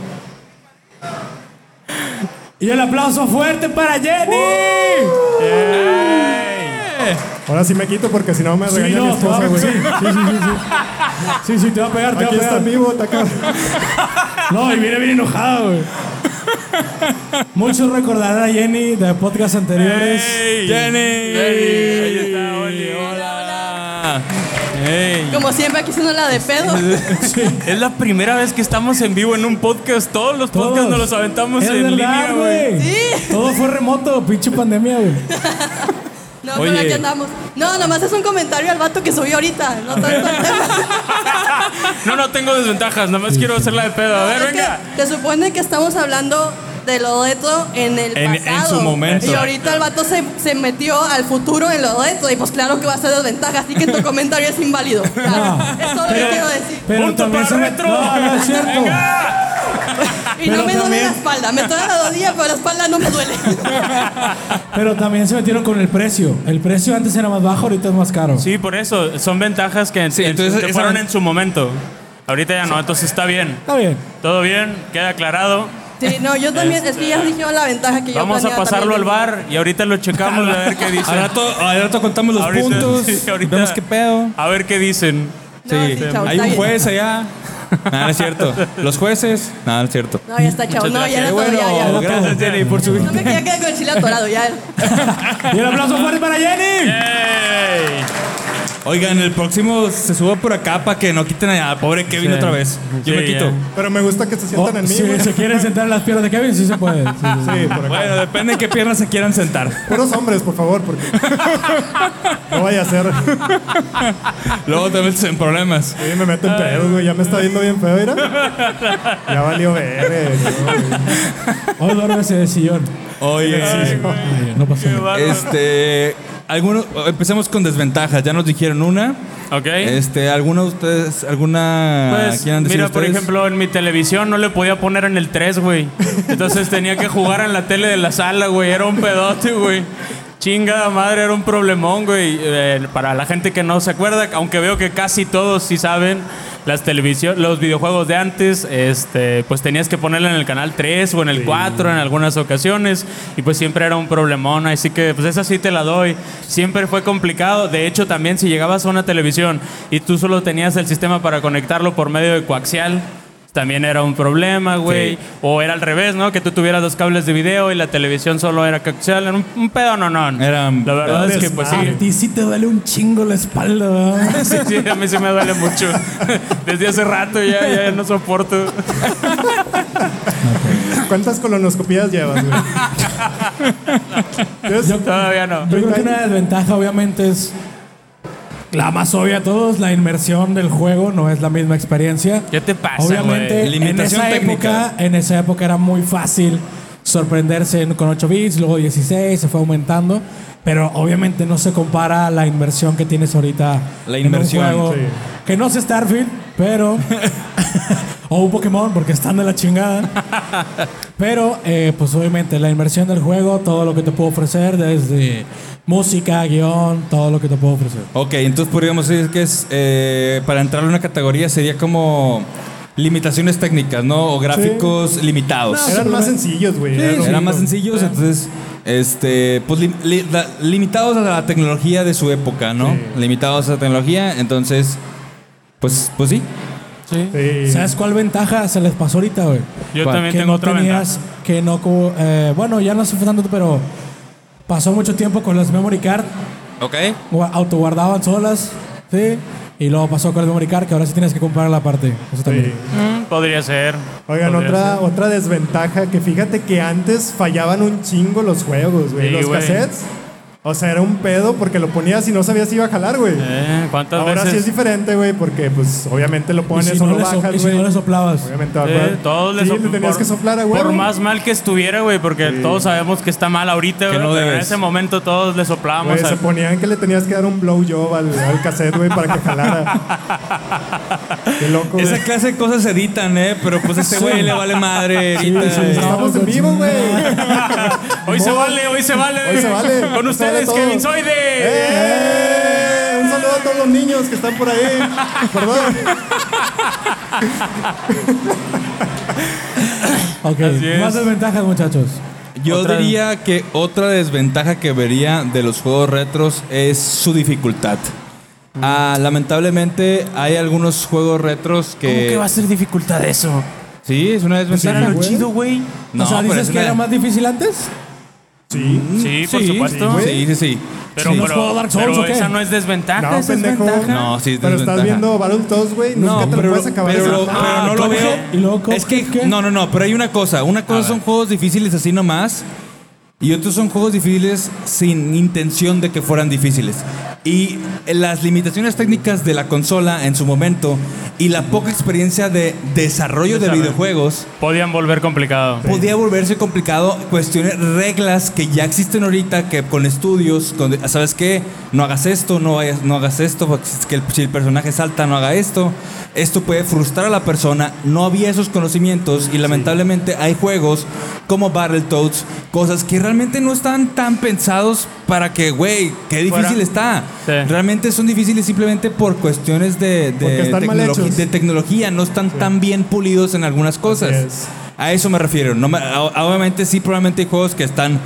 Speaker 4: Y el aplauso fuerte para Jenny.
Speaker 5: Ahora sí me quito porque si no me regaña
Speaker 4: sí,
Speaker 5: mi
Speaker 4: no, te va
Speaker 5: esposa,
Speaker 4: a- sí,
Speaker 5: güey.
Speaker 4: sí, sí, sí. Sí, sí, te va a pegar, te va
Speaker 5: Aquí
Speaker 4: a
Speaker 5: está
Speaker 4: pegar.
Speaker 5: en vivo, está cabrón.
Speaker 4: No, y viene bien enojado, güey. Muchos recordarán a Jenny de podcasts anteriores.
Speaker 3: Jenny.
Speaker 6: Ahí está, Oli,
Speaker 3: Hola. Ey.
Speaker 8: Como siempre, aquí siendo la de pedo.
Speaker 6: Es la primera vez que estamos en vivo en un podcast. Todos los
Speaker 4: Todos.
Speaker 6: podcasts nos los aventamos
Speaker 4: Es
Speaker 6: en
Speaker 4: verdad,
Speaker 6: línea, güey.
Speaker 4: Sí. Todo fue remoto, pinche pandemia, güey.
Speaker 8: No,
Speaker 3: Oye.
Speaker 8: pero aquí andamos. No, nomás es un comentario al vato que subió ahorita. No tanto el tema.
Speaker 6: No, no tengo desventajas, nada más quiero hacerla de pedo. A ver,
Speaker 8: Es que
Speaker 6: venga.
Speaker 8: Se supone que estamos hablando de lo retro en el
Speaker 3: En- en
Speaker 8: pasado.
Speaker 3: su momento.
Speaker 8: Y ahorita el vato se, se metió al futuro en lo retro. Y pues claro que va a ser desventaja, así que tu comentario es inválido. Claro, es todo lo que quiero decir.
Speaker 4: Pero
Speaker 6: Punto
Speaker 4: también
Speaker 6: para
Speaker 4: se me-
Speaker 6: retro.
Speaker 4: No, no es cierto.
Speaker 8: Y no
Speaker 4: pero
Speaker 8: me duele
Speaker 4: también-
Speaker 8: la espalda. Me duele la rodilla, pero la espalda no me duele.
Speaker 4: Pero también se metieron con el precio. El precio antes era más bajo, ahorita es más caro.
Speaker 6: Sí, por eso. Son ventajas que,
Speaker 3: Sí,
Speaker 6: que-
Speaker 3: entonces
Speaker 6: que
Speaker 3: esa-
Speaker 6: fueron en su momento. Ahorita ya no, entonces está bien.
Speaker 4: Está bien.
Speaker 6: Todo bien, queda aclarado.
Speaker 8: Sí, no, yo también. Es que ya dijeron la ventaja que yo
Speaker 6: Vamos a
Speaker 8: planeaba
Speaker 6: pasarlo al
Speaker 8: también.
Speaker 6: bar y ahorita lo checamos a ver qué
Speaker 3: Al
Speaker 6: dicen.
Speaker 3: rato, al rato contamos los
Speaker 6: Ahorita-
Speaker 3: puntos.
Speaker 6: sí, ahorita.
Speaker 3: Vemos qué pedo.
Speaker 6: A ver qué dicen.
Speaker 8: No, sí, chao, está
Speaker 3: Hay un
Speaker 8: bien.
Speaker 3: juez allá. Nada, no es cierto. Los jueces. Nada, no es cierto. Oh,
Speaker 8: No, ya está, chao. No, ya
Speaker 6: gracias.
Speaker 8: era
Speaker 3: Qué
Speaker 8: todo,
Speaker 3: bueno.
Speaker 8: ya, ya.
Speaker 3: Gracias, Jenny, por su.
Speaker 8: No me quería quedar con el chile atorado, ya.
Speaker 4: Y el aplauso fuerte para Jenny.
Speaker 6: ¡Ey!
Speaker 3: Oigan, el próximo se suba por acá para que no quiten a pobre Kevin
Speaker 6: Sí.
Speaker 3: otra vez. Yo
Speaker 6: Sí,
Speaker 3: me quito.
Speaker 6: ya.
Speaker 5: Pero me gusta que se
Speaker 4: Oh,
Speaker 5: sientan en mí,
Speaker 4: si
Speaker 5: güey.
Speaker 4: se quieren sentar en las piernas de Kevin, sí se puede. Sí, sí, sí.
Speaker 5: Sí, por acá.
Speaker 3: Bueno, depende de qué piernas se quieran sentar.
Speaker 5: Puros hombres, por favor, porque. No vaya a ser. A
Speaker 3: Luego te metes en problemas.
Speaker 5: mí me meten pedos, güey. Ya me está viendo bien feo, mira. Ya valió ver,
Speaker 4: Hoy duerme ese sillón.
Speaker 3: Oye,
Speaker 4: Ay, no pasa nada.
Speaker 3: este. Algunos, empecemos con desventajas. Ya nos dijeron una.
Speaker 6: Ok.
Speaker 3: Este, ¿alguna de ustedes, alguna
Speaker 6: Pues,
Speaker 3: quieran decir
Speaker 6: mira, por
Speaker 3: ustedes?
Speaker 6: ejemplo, en mi televisión no le podía poner en el 3, güey. Entonces tenía que jugar en la tele de la sala, güey. Era un pedote, güey. Chinga madre, era un problemón, güey. Eh, para la gente que no se acuerda, aunque veo que casi todos sí saben, las televisión, los videojuegos de antes, este, pues tenías que ponerla en el canal 3 o en el 4 en algunas ocasiones. Y pues siempre era un problemón. Así que, pues esa sí te la doy. Siempre fue complicado. De hecho, también si llegabas a una televisión y tú solo tenías el sistema para conectarlo por medio de coaxial, también era un problema, güey. O era al revés, ¿no? Que tú tuvieras dos cables de video y la televisión solo era coaxial. Era un, un pedo, no, no.
Speaker 3: Era eh, un
Speaker 6: la verdad es que, pues sí.
Speaker 4: A ti sí te duele un chingo la espalda. ¿verdad?
Speaker 6: Sí, sí, a mí sí me duele mucho. Desde hace rato ya, ya no soporto.
Speaker 5: güey. ¿Cuántas colonoscopías llevas, güey?
Speaker 4: Yo,
Speaker 6: Todavía no.
Speaker 4: yo creo que una desventaja, obviamente, es la más obvia a todos: la inmersión del juego no es la misma experiencia.
Speaker 6: ¿Qué te pasa,
Speaker 4: Obviamente,
Speaker 6: güey?
Speaker 4: en
Speaker 3: Limitación
Speaker 4: esa,
Speaker 3: técnica.
Speaker 4: época, en esa época era muy fácil sorprenderse en- con 8 bits, luego 16, se fue aumentando. Pero obviamente no se compara a la inversión que tienes ahorita.
Speaker 3: La
Speaker 4: en un
Speaker 3: inmersión,
Speaker 4: juego
Speaker 3: sí.
Speaker 4: Que no es Starfield, pero. o un Pokémon, porque están de la chingada. Pero, eh, pues obviamente, la inversión del juego, todo lo que te puedo ofrecer, desde música, guión, todo lo que te puedo ofrecer.
Speaker 3: Ok, entonces podríamos decir que es eh, para entrar en una categoría sería como limitaciones técnicas, ¿no? O gráficos limitados.
Speaker 5: Eran más sencillos, güey. Era lo
Speaker 3: Eran
Speaker 5: mismo.
Speaker 3: más sencillos, entonces, este, pues lim- li- la- limitados a la tecnología de su época, ¿no? Limitados a la tecnología, entonces, pues, pues sí.
Speaker 5: Sí.
Speaker 4: ¿Sabes cuál ventaja se les pasó ahorita, güey?
Speaker 6: Yo
Speaker 3: ¿Cuál?
Speaker 6: también
Speaker 4: que
Speaker 6: tengo
Speaker 4: no
Speaker 6: otra
Speaker 4: tenías, que no, co- eh, bueno, ya no se fue tanto, pero pasó mucho tiempo con las memory card,
Speaker 3: Ok.
Speaker 4: gua- autoguardaban solas, ¿sí? Y luego pasó con el memory card, que ahora sí tienes que comprar la parte. Eso también.
Speaker 6: ventaja. Mm, Podría ser.
Speaker 5: Oigan,
Speaker 6: Podría
Speaker 5: otra,
Speaker 6: ser.
Speaker 5: otra desventaja que fíjate que antes fallaban un chingo los juegos, güey.
Speaker 6: Sí,
Speaker 5: los
Speaker 6: güey.
Speaker 5: cassettes. O sea, era un pedo porque lo ponías y no sabías si iba a jalar, güey.
Speaker 6: Eh, ¿Cuántas
Speaker 5: Ahora sí es
Speaker 6: veces?
Speaker 5: diferente, güey, porque pues obviamente lo
Speaker 4: Y
Speaker 5: pones
Speaker 4: si,
Speaker 5: o
Speaker 4: no
Speaker 5: lo
Speaker 4: le so- y
Speaker 5: bajas,
Speaker 4: si
Speaker 5: güey.
Speaker 4: no le soplabas.
Speaker 5: obviamente va a
Speaker 6: Sí,
Speaker 5: jugar.
Speaker 6: todos
Speaker 5: Sí,
Speaker 6: sop-
Speaker 5: le tenías
Speaker 6: por-
Speaker 5: que soplar a huevo.
Speaker 6: Por más mal que estuviera, güey, porque todos sabemos que está mal ahorita,
Speaker 3: Que
Speaker 6: güey,
Speaker 3: no
Speaker 6: pero en
Speaker 3: debes.
Speaker 6: ese momento todos le
Speaker 5: Güey,
Speaker 6: soplábamos.
Speaker 5: se
Speaker 6: al-
Speaker 5: ponían que le tenías que dar un blowjob al, al cassette, güey, para que jalara. Qué loco, güey.
Speaker 3: Esa clase de cosas se editan, ¿eh? Pero pues a este güey le vale madre. ahorita.
Speaker 5: Estamos en vivo, güey.
Speaker 6: hoy se vale, hoy se vale.
Speaker 5: Hoy se vale.
Speaker 6: Con
Speaker 5: Hoy se vale
Speaker 6: ustedes,
Speaker 5: todo.
Speaker 6: Kevin Soide.
Speaker 5: ¡Eh! Un saludo a todos los niños que están por ahí. Perdón.
Speaker 4: Ok,
Speaker 6: Así es.
Speaker 4: más desventajas, muchachos.
Speaker 3: Yo
Speaker 6: Otra-
Speaker 3: diría que otra desventaja que vería de los juegos retros es su dificultad. Ah, lamentablemente hay algunos juegos retros que...
Speaker 6: ¿Cómo que va a ser dificultad eso?
Speaker 3: Sí, es una
Speaker 6: Pues era
Speaker 3: desventaja.
Speaker 6: lo chido, güey.
Speaker 3: No,
Speaker 4: o sea,
Speaker 3: pero
Speaker 4: ¿dices
Speaker 3: es
Speaker 4: que
Speaker 3: una-
Speaker 4: era más difícil antes?
Speaker 6: Sí, por supuesto.
Speaker 3: Sí, sí, sí.
Speaker 6: Pero,
Speaker 3: Sí.
Speaker 6: pero,
Speaker 4: puedo Dark Souls,
Speaker 6: pero
Speaker 4: ¿o qué?
Speaker 6: esa no es desventaja,
Speaker 5: No,
Speaker 6: esa es
Speaker 5: pendejo.
Speaker 6: ventaja.
Speaker 3: No, sí, es
Speaker 5: Pero estás
Speaker 3: desventaja.
Speaker 5: viendo Battletoads, güey. Nunca
Speaker 3: No,
Speaker 5: te lo
Speaker 3: pero,
Speaker 5: puedes acabar.
Speaker 3: pero
Speaker 5: esa
Speaker 3: lo-
Speaker 5: madre.
Speaker 3: pero no lo
Speaker 4: Cuphead.
Speaker 3: veo.
Speaker 4: ¿Y luego
Speaker 3: es que,
Speaker 4: Cuphead qué?
Speaker 3: no, no, no, pero hay una cosa. Una cosa son juegos difíciles así nomás. Y otros son juegos difíciles sin intención de que fueran difíciles. Y las limitaciones técnicas de la consola en su momento y la poca experiencia de desarrollo de
Speaker 6: Desarrollo.
Speaker 3: videojuegos
Speaker 6: Podían volver complicado.
Speaker 3: podía volverse complicado cuestiones, reglas que ya existen ahorita, que con estudios, con- ¿sabes qué? No hagas esto, no, vayas- no hagas esto, porque si- que el, si el personaje salta, no haga esto. Esto puede frustrar a la persona. No había esos conocimientos y lamentablemente hay juegos como Battletoads, cosas que realmente no están tan pensados para que, güey, qué difícil
Speaker 6: Fuera.
Speaker 3: está.
Speaker 6: Sí.
Speaker 3: Realmente son difíciles simplemente por cuestiones de, de
Speaker 5: Porque están mal
Speaker 3: tecnologi-
Speaker 5: hechos.
Speaker 3: de tecnología, no están tan bien pulidos en algunas cosas.
Speaker 5: Así es.
Speaker 3: A eso me refiero. No me- o- obviamente sí, probablemente hay juegos que están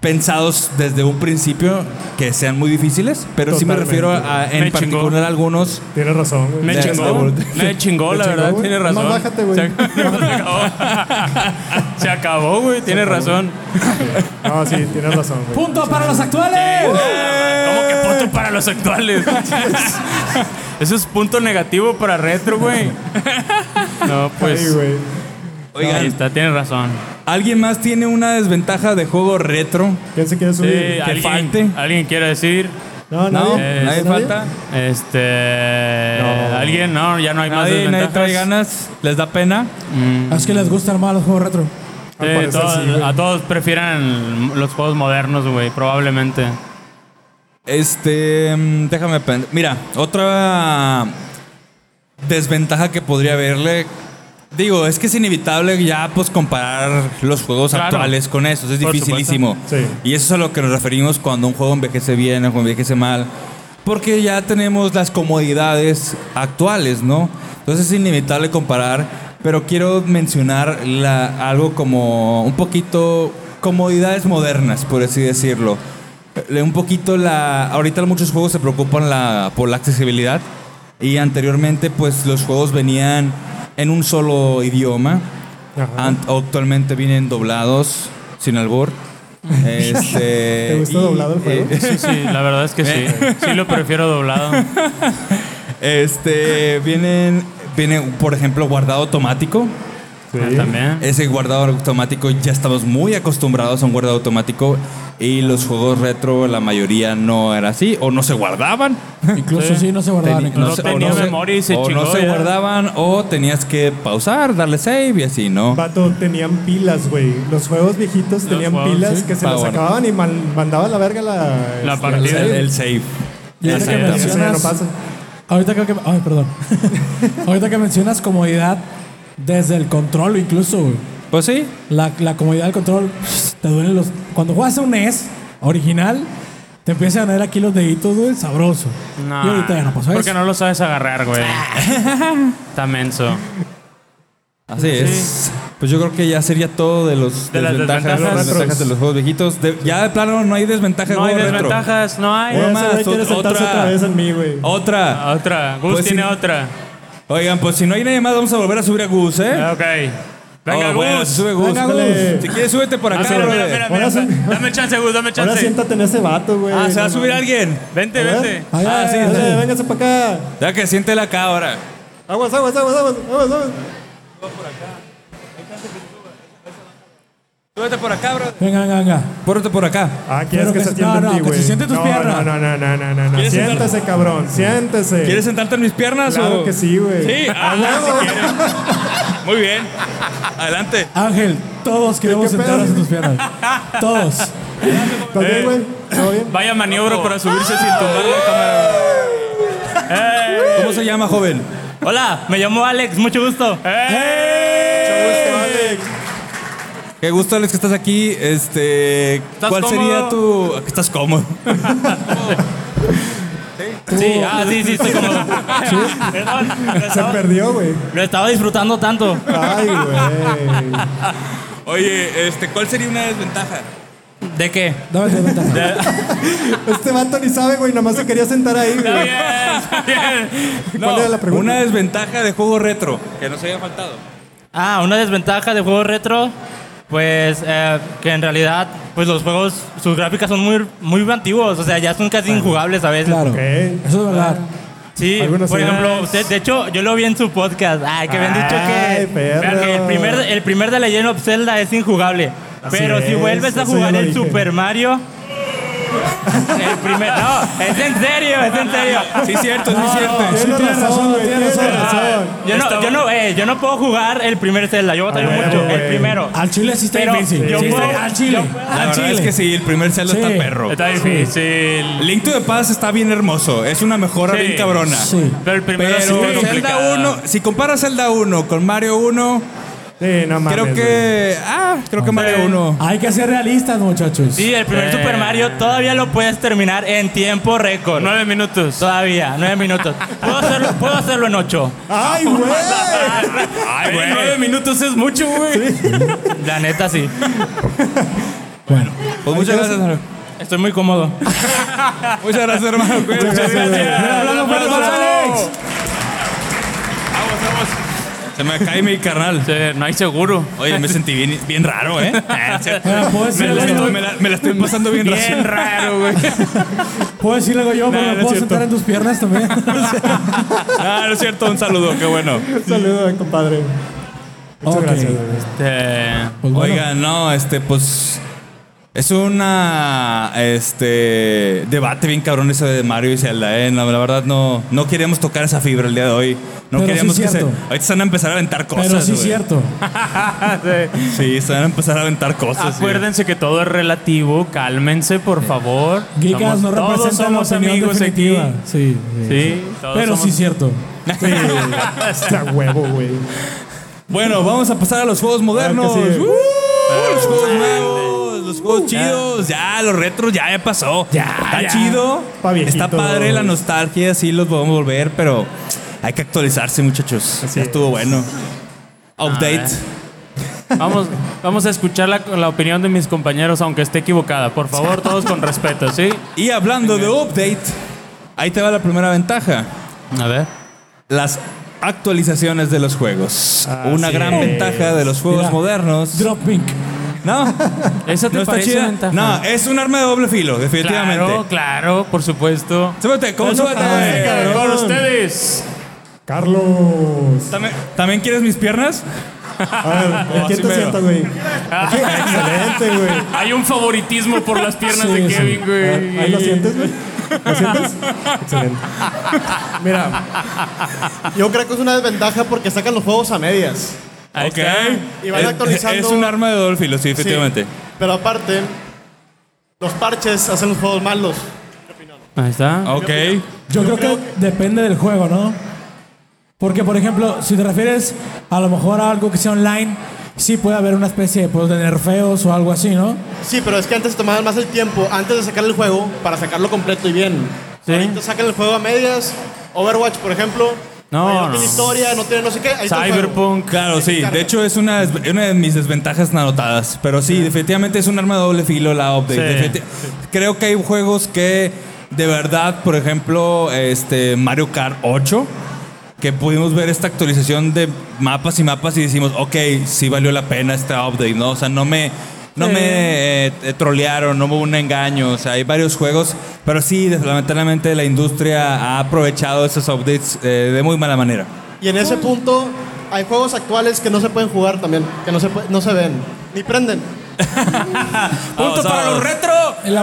Speaker 3: pensados desde un principio que sean muy difíciles, pero sí me
Speaker 5: Totalmente.
Speaker 3: refiero a, en
Speaker 6: Me chingó.
Speaker 3: particular a algunos.
Speaker 5: Tienes razón, güey.
Speaker 6: Me
Speaker 3: Ya está,
Speaker 6: chingó.
Speaker 3: boludo.
Speaker 6: Me chingó,
Speaker 5: Me
Speaker 6: la
Speaker 5: chingó,
Speaker 6: verdad.
Speaker 5: güey.
Speaker 6: Tienes
Speaker 5: Nomás
Speaker 6: razón.
Speaker 5: bájate, güey.
Speaker 6: Se acabó. Se acabó, güey. Tienes razón.
Speaker 5: No, sí, tienes razón, güey.
Speaker 4: ¡Punto para los actuales!
Speaker 6: ¿Cómo que punto para los actuales. Eh. Eso es punto negativo para retro, güey. No, pues. ahí
Speaker 3: Oigan,
Speaker 6: está, tienes razón.
Speaker 3: ¿alguien más tiene una desventaja de juego retro?
Speaker 5: ¿Quién se quiere
Speaker 6: Sí,
Speaker 5: subir?
Speaker 6: Eh, ¿alguien,
Speaker 3: falte.
Speaker 6: ¿Alguien quiere decir?
Speaker 5: No,
Speaker 3: No,
Speaker 5: nadie.
Speaker 6: Eh,
Speaker 3: nadie
Speaker 5: ¿nadie?
Speaker 3: falta.
Speaker 6: Este. ¿Alguien? No, ya no hay más
Speaker 3: Nadie, nadie
Speaker 6: desventajas. Mm.
Speaker 3: trae ganas. ¿Les da pena?
Speaker 4: Ah, Es que les gustan más los juegos retro.
Speaker 6: Sí, todos- a todos prefieran los juegos modernos, güey, probablemente.
Speaker 3: Este, mm, déjame pensar. Mira, otra desventaja que podría haberle. Digo, es que es inevitable ya pues comparar los juegos
Speaker 6: Claro.
Speaker 3: actuales con esos. Es
Speaker 6: Por
Speaker 3: dificilísimo.
Speaker 5: Sí.
Speaker 3: Y eso es a lo que nos referimos cuando un juego envejece bien o cuando envejece mal. Porque ya tenemos las comodidades actuales, ¿no? Entonces es inevitable comparar. Pero quiero mencionar la- algo como un poquito comodidades modernas, por así decirlo. Le- Un poquito la. Ahorita muchos juegos se preocupan la- por la accesibilidad. Y anteriormente, pues los juegos venían en un solo idioma. Ant- Actualmente vienen doblados, sin albur. Este,
Speaker 5: ¿Te gusta
Speaker 3: y-
Speaker 5: doblado el juego?
Speaker 3: eh,
Speaker 6: Sí, sí, la verdad es que sí. Sí lo prefiero doblado.
Speaker 3: Este, vienen, viene, por ejemplo, guardado automático.
Speaker 6: eh, También.
Speaker 3: Ese guardado automático ya estamos muy acostumbrados a un guardado automático y los juegos retro la mayoría no era así o no se guardaban.
Speaker 4: Incluso sí, no se guardaban.
Speaker 3: Teni-
Speaker 4: incluso.
Speaker 6: Ah, no
Speaker 3: se- o
Speaker 6: tenía
Speaker 3: se-
Speaker 6: memoria y se
Speaker 3: o
Speaker 6: chingó
Speaker 3: no se
Speaker 6: ya.
Speaker 3: guardaban o tenías que pausar, darle save y así, ¿no?
Speaker 5: Vato, tenían pilas, güey. Los juegos viejitos tenían
Speaker 6: juegos,
Speaker 5: pilas
Speaker 6: sí.
Speaker 5: que se
Speaker 3: Pa'
Speaker 5: las
Speaker 3: guardar.
Speaker 5: acababan y man- mandaba a la verga la. este,
Speaker 6: La
Speaker 3: El,
Speaker 6: partida.
Speaker 3: el save.
Speaker 4: Y ahorita que
Speaker 5: Exactamente. Eso ya no
Speaker 4: mencionas,
Speaker 5: pasa.
Speaker 4: ahorita creo que, ay, perdón. ahorita que mencionas comodidad desde el control incluso, güey.
Speaker 3: Pues sí,
Speaker 4: La, la comodidad del control, te duelen los... Cuando juegas a un NES original, te empiezan a dar aquí los deditos, güey, sabroso.
Speaker 6: No,
Speaker 4: y ahorita ya no pasó
Speaker 6: Porque
Speaker 4: eso.
Speaker 6: no lo sabes agarrar, güey. Está menso.
Speaker 3: Así es. Pues yo creo que ya sería todo de los
Speaker 6: De las
Speaker 3: desventajas,
Speaker 6: desventajas.
Speaker 3: las desventajas de los juegos viejitos. De- ya de plano no hay desventajas.
Speaker 6: No hay
Speaker 3: juego retro.
Speaker 6: desventajas, no hay.
Speaker 3: Bueno,
Speaker 5: Ese
Speaker 3: más,
Speaker 5: güey quiere
Speaker 3: otra-
Speaker 5: sentarse otra vez en mí, güey.
Speaker 3: Otra.
Speaker 6: Otra. Gus
Speaker 3: Pues sí.
Speaker 6: tiene otra.
Speaker 3: Oigan, pues si no hay nadie más, vamos a volver a subir a Gus, ¿eh?
Speaker 6: Ok. Venga,
Speaker 3: Oh,
Speaker 6: Gus.
Speaker 3: bueno, se sube Gus.
Speaker 5: Venga, Gus.
Speaker 3: Si quieres, súbete por
Speaker 6: Ah,
Speaker 3: acá,
Speaker 6: mira, mira,
Speaker 3: brother.
Speaker 6: mira,
Speaker 5: Ahora
Speaker 6: mira.
Speaker 5: sí.
Speaker 6: Dame chance, Gus, dame
Speaker 5: Ahora
Speaker 6: chance.
Speaker 5: siéntate en ese vato, güey.
Speaker 3: Ah, se va a
Speaker 5: No,
Speaker 3: subir
Speaker 5: no.
Speaker 3: alguien.
Speaker 6: Vente,
Speaker 5: ver.
Speaker 6: vente.
Speaker 4: Ay,
Speaker 3: Ah,
Speaker 4: ay,
Speaker 3: sí,
Speaker 4: ay,
Speaker 5: Órale,
Speaker 4: ay.
Speaker 5: véngase para acá.
Speaker 3: Ya que siéntela acá ahora.
Speaker 5: Aguas, aguas, aguas, aguas, aguas, aguas.
Speaker 3: Súbete por acá, brother.
Speaker 4: Venga, venga, venga.
Speaker 3: Pórtate por acá.
Speaker 5: Ah, quieres
Speaker 4: Pero
Speaker 5: que se
Speaker 4: que se-
Speaker 5: atienda
Speaker 4: no,
Speaker 5: en
Speaker 4: no,
Speaker 5: ti,
Speaker 4: que se
Speaker 5: güey.
Speaker 4: siente tus
Speaker 5: no,
Speaker 4: piernas.
Speaker 5: No, no, no, no, no, no.
Speaker 3: ¿Quieres
Speaker 5: Siéntese, cabrón, siéntese.
Speaker 3: ¿Quieres sentarte en mis piernas
Speaker 5: Claro
Speaker 3: o...?
Speaker 5: que sí, güey.
Speaker 3: Sí, ah,
Speaker 5: huevo.
Speaker 3: si quieres. Muy bien. Adelante.
Speaker 4: Ángel, todos queremos
Speaker 5: ¿Qué pedo?
Speaker 4: sentarnos en tus piernas. Todos.
Speaker 5: ¿Estás bien, güey? ¿Todo bien?
Speaker 6: Vaya maniobra para subirse sin tomar la cámara.
Speaker 3: ¿Cómo se llama, joven?
Speaker 6: Hola, me llamo Alex, mucho gusto.
Speaker 3: Qué gusto, Alex, que estás aquí. Este, ¿Cuál sería tu...? Estás cómodo.
Speaker 9: Sí, ah, sí, sí, estoy cómodo. Perdón, lo
Speaker 5: Se
Speaker 9: estaba-
Speaker 5: perdió, güey.
Speaker 9: Lo estaba disfrutando tanto.
Speaker 3: Ah.
Speaker 5: Ay, güey.
Speaker 3: Oye, este, ¿cuál sería una desventaja?
Speaker 9: ¿De qué?
Speaker 4: Dame tu ventaja.
Speaker 5: Este vato ni sabe, güey. Nomás se quería sentar ahí, güey. ¿Cuál era la pregunta?
Speaker 3: Una desventaja de juego retro que nos haya faltado.
Speaker 9: Ah, una desventaja de juegos retro, pues eh, que en realidad, pues los juegos, sus gráficas son muy, muy antiguos, o sea, ya son casi injugables a veces.
Speaker 4: Claro.
Speaker 5: Ok.
Speaker 4: Eso es verdad.
Speaker 9: Sí,
Speaker 5: Algunos
Speaker 9: por
Speaker 5: sí.
Speaker 9: ejemplo, usted, de hecho, yo lo vi en su podcast, ah, que habían dicho
Speaker 5: Ay,
Speaker 9: que,
Speaker 5: perro.
Speaker 9: que el, primer, el primer de Legend of Zelda es injugable.
Speaker 5: Así
Speaker 9: pero si
Speaker 5: es,
Speaker 9: vuelves a
Speaker 5: eso ya
Speaker 9: jugar
Speaker 5: lo
Speaker 9: el
Speaker 5: dije.
Speaker 9: Super Mario... El primer, no, es en serio, es en serio.
Speaker 3: Ah. Sí, cierto, sí, cierto.
Speaker 5: Tienes
Speaker 4: tienes razón,
Speaker 5: razón, güey.
Speaker 4: tienes
Speaker 5: Tienes
Speaker 4: razón.
Speaker 5: razón.
Speaker 9: Yo no, yo, no, eh, yo no puedo jugar el primer Zelda, yo batallo
Speaker 5: huevo,
Speaker 9: mucho.
Speaker 5: güey.
Speaker 9: El primero.
Speaker 4: Al chile sí está
Speaker 9: Pero
Speaker 4: difícil.
Speaker 9: yo
Speaker 4: Sí está-
Speaker 9: puedo-
Speaker 4: al chile.
Speaker 9: yo-
Speaker 3: La
Speaker 4: al
Speaker 3: verdad
Speaker 4: chile.
Speaker 3: es que sí, el primer Zelda
Speaker 4: Sí.
Speaker 3: está perro.
Speaker 6: Está difícil.
Speaker 3: Link to the Past está bien hermoso. Es una mejora
Speaker 6: Sí.
Speaker 3: bien cabrona.
Speaker 4: Sí.
Speaker 6: Pero el primero
Speaker 3: Pero
Speaker 6: sí está
Speaker 3: Zelda
Speaker 6: complicado.
Speaker 3: 1, si comparas Zelda 1 con Mario 1,
Speaker 5: Sí, no mames.
Speaker 3: creo
Speaker 5: güey.
Speaker 3: que. Ah, creo que Mario 1.
Speaker 4: Hay que ser realistas, muchachos.
Speaker 9: Sí, el
Speaker 5: Ah,
Speaker 9: primer Super Mario todavía lo puedes terminar en tiempo récord.
Speaker 6: Eh, Nueve minutos.
Speaker 9: Todavía, nueve minutos. Puedo hacerlo, puedo hacerlo en ocho.
Speaker 5: ¡Ay, güey!
Speaker 6: Ay, güey. Nueve minutos es mucho, güey.
Speaker 9: La neta, sí.
Speaker 3: Pues muchas gracias, hermano.
Speaker 9: Estoy muy cómodo.
Speaker 3: Muchas gracias, hermano. Muchas
Speaker 5: gracias,
Speaker 3: gracias.
Speaker 5: güey.
Speaker 3: Hablando por los Alex. Se me cae mi carnal.
Speaker 6: Sí, no hay seguro. pues,
Speaker 3: Oye, me sentí bien, bien raro, ¿eh? Ah, es cierto.
Speaker 4: Mira, ¿puedo decir
Speaker 3: me, la
Speaker 4: algo?
Speaker 3: estoy, me la- me la estoy pasando bien, raro.
Speaker 6: Bien raro, güey.
Speaker 4: Puedo decir algo yo, pero
Speaker 3: no
Speaker 4: me
Speaker 3: es
Speaker 4: puedo
Speaker 3: cierto.
Speaker 4: sentar en tus piernas también.
Speaker 3: Ah, no es cierto, un saludo, qué bueno.
Speaker 5: Saludos, eh, compadre. Muchas
Speaker 4: Ok.
Speaker 5: gracias. güey.
Speaker 6: Este,
Speaker 4: Pues bueno.
Speaker 3: Oigan, no, este, pues. Es una. Este. Debate bien cabrón eso de Mario y Zelda, ¿eh? No, la verdad no, no queríamos tocar esa fibra el día de hoy.
Speaker 4: Pero
Speaker 3: No
Speaker 4: sí
Speaker 3: queríamos que se.
Speaker 4: cierto.
Speaker 3: Ahorita se van a empezar a aventar cosas.
Speaker 4: Pero sí,
Speaker 3: güey.
Speaker 4: cierto.
Speaker 3: Sí, se van a empezar a aventar cosas. güey.
Speaker 6: Ah, Acuérdense que todo es relativo, cálmense por favor.
Speaker 4: Geekas no
Speaker 6: Somos-
Speaker 4: representan
Speaker 6: todos somos
Speaker 4: la opinión
Speaker 6: amigos
Speaker 4: definitiva.
Speaker 6: aquí.
Speaker 4: Sí, sí.
Speaker 6: Sí, todos
Speaker 4: Pero sí,
Speaker 6: somos-
Speaker 4: cierto.
Speaker 5: Está huevo, güey.
Speaker 3: Bueno, vamos a pasar a los juegos modernos.
Speaker 5: Claro que sí.
Speaker 3: ¡Uh! los juegos nuevos, los juegos chidos. Ya, los retros ya, ya pasó. Ya, está chido.
Speaker 5: Pa' viejito.
Speaker 3: está padre la nostalgia, sí los podemos volver, pero hay que actualizarse, muchachos. ya estuvo bueno. Update.
Speaker 6: Vamos, vamos a escuchar la, la opinión de mis compañeros, aunque esté equivocada. Por favor, todos con respeto, ¿sí?
Speaker 3: Y hablando de update, ahí te va la primera ventaja.
Speaker 6: A ver.
Speaker 3: Las actualizaciones de los juegos. Una gran ventaja de los juegos
Speaker 4: Mira.
Speaker 3: modernos.
Speaker 4: Drop Pink.
Speaker 3: No,
Speaker 6: ¿Esa te
Speaker 3: no está
Speaker 6: parece
Speaker 3: chida.
Speaker 6: ventaja?
Speaker 3: No, es un arma de doble filo, definitivamente.
Speaker 6: Claro, claro, por supuesto.
Speaker 3: Súbete, ¿cómo súbete?
Speaker 6: Con ustedes.
Speaker 5: Carlos.
Speaker 3: ¿También, ¿También quieres mis piernas?
Speaker 5: A ver, ¿en quién
Speaker 3: así
Speaker 5: te
Speaker 3: mero.
Speaker 5: sientas, güey? Excelente, güey.
Speaker 6: Hay un favoritismo por las piernas
Speaker 4: Sí,
Speaker 6: de
Speaker 4: sí.
Speaker 6: Kevin, güey.
Speaker 5: Ahí lo sientes, güey. ¿Lo sientes? Excelente.
Speaker 2: Mira, yo creo que es una desventaja porque sacan los juegos a medias.
Speaker 6: Ahí
Speaker 3: ok.
Speaker 6: está.
Speaker 2: Y van
Speaker 3: Es-
Speaker 2: actualizando-
Speaker 3: Es un arma de doble filo, sí,
Speaker 2: Sí.
Speaker 3: efectivamente.
Speaker 2: Pero aparte, los parches hacen los juegos malos.
Speaker 6: Ahí está.
Speaker 3: Ok.
Speaker 4: Yo, creo, que, depende del juego, ¿no? Porque, por ejemplo, si te refieres a lo mejor a algo que sea online, sí puede haber una especie pues, de nerfeos o algo así, ¿no?
Speaker 2: Sí, pero es que antes se tomaban más el tiempo antes de sacar el juego para sacarlo completo y bien.
Speaker 6: Sí.
Speaker 2: Ahorita sacan el juego a medias. Overwatch, por ejemplo.
Speaker 6: No,
Speaker 2: oye,
Speaker 6: no.
Speaker 2: tiene historia, no tiene no sé qué. Ahí está el juego.
Speaker 6: Cyberpunk.
Speaker 3: Claro, sí. De hecho, es una, des- una de mis desventajas anotadas. Pero sí, definitivamente es un arma de doble filo la update.
Speaker 6: Sí.
Speaker 3: Definiti- Creo que hay juegos que, de verdad, por ejemplo, este Mario Kart 8, que pudimos ver esta actualización de mapas y mapas y decimos, ok, sí valió la pena esta update, ¿no? O sea, no me... No me eh, eh, trolearon, no hubo un engaño, o sea, hay varios juegos, pero sí, lamentablemente la industria ha aprovechado esos updates eh, de muy mala manera.
Speaker 2: Y en ese punto, hay juegos actuales que no se pueden jugar también. Que no se, pue- no se ven. Ni prenden.
Speaker 3: ¡Punto para los retro! Eh.
Speaker 4: En la-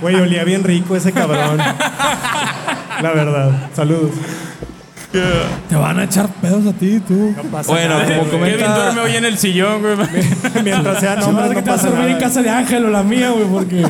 Speaker 5: Güey, olía bien rico ese cabrón. La verdad. Saludos.
Speaker 4: Te van a echar pedos a ti, tú.
Speaker 3: Bueno, como
Speaker 6: Kevin duerme
Speaker 3: comenta,
Speaker 6: hoy en el sillón, güey.
Speaker 5: Mientras sean
Speaker 4: No,
Speaker 5: hombres,
Speaker 4: que
Speaker 5: no
Speaker 4: te vas a
Speaker 5: pasa
Speaker 4: dormir en
Speaker 5: nada.
Speaker 4: casa de Ángel o la mía, güey, porque.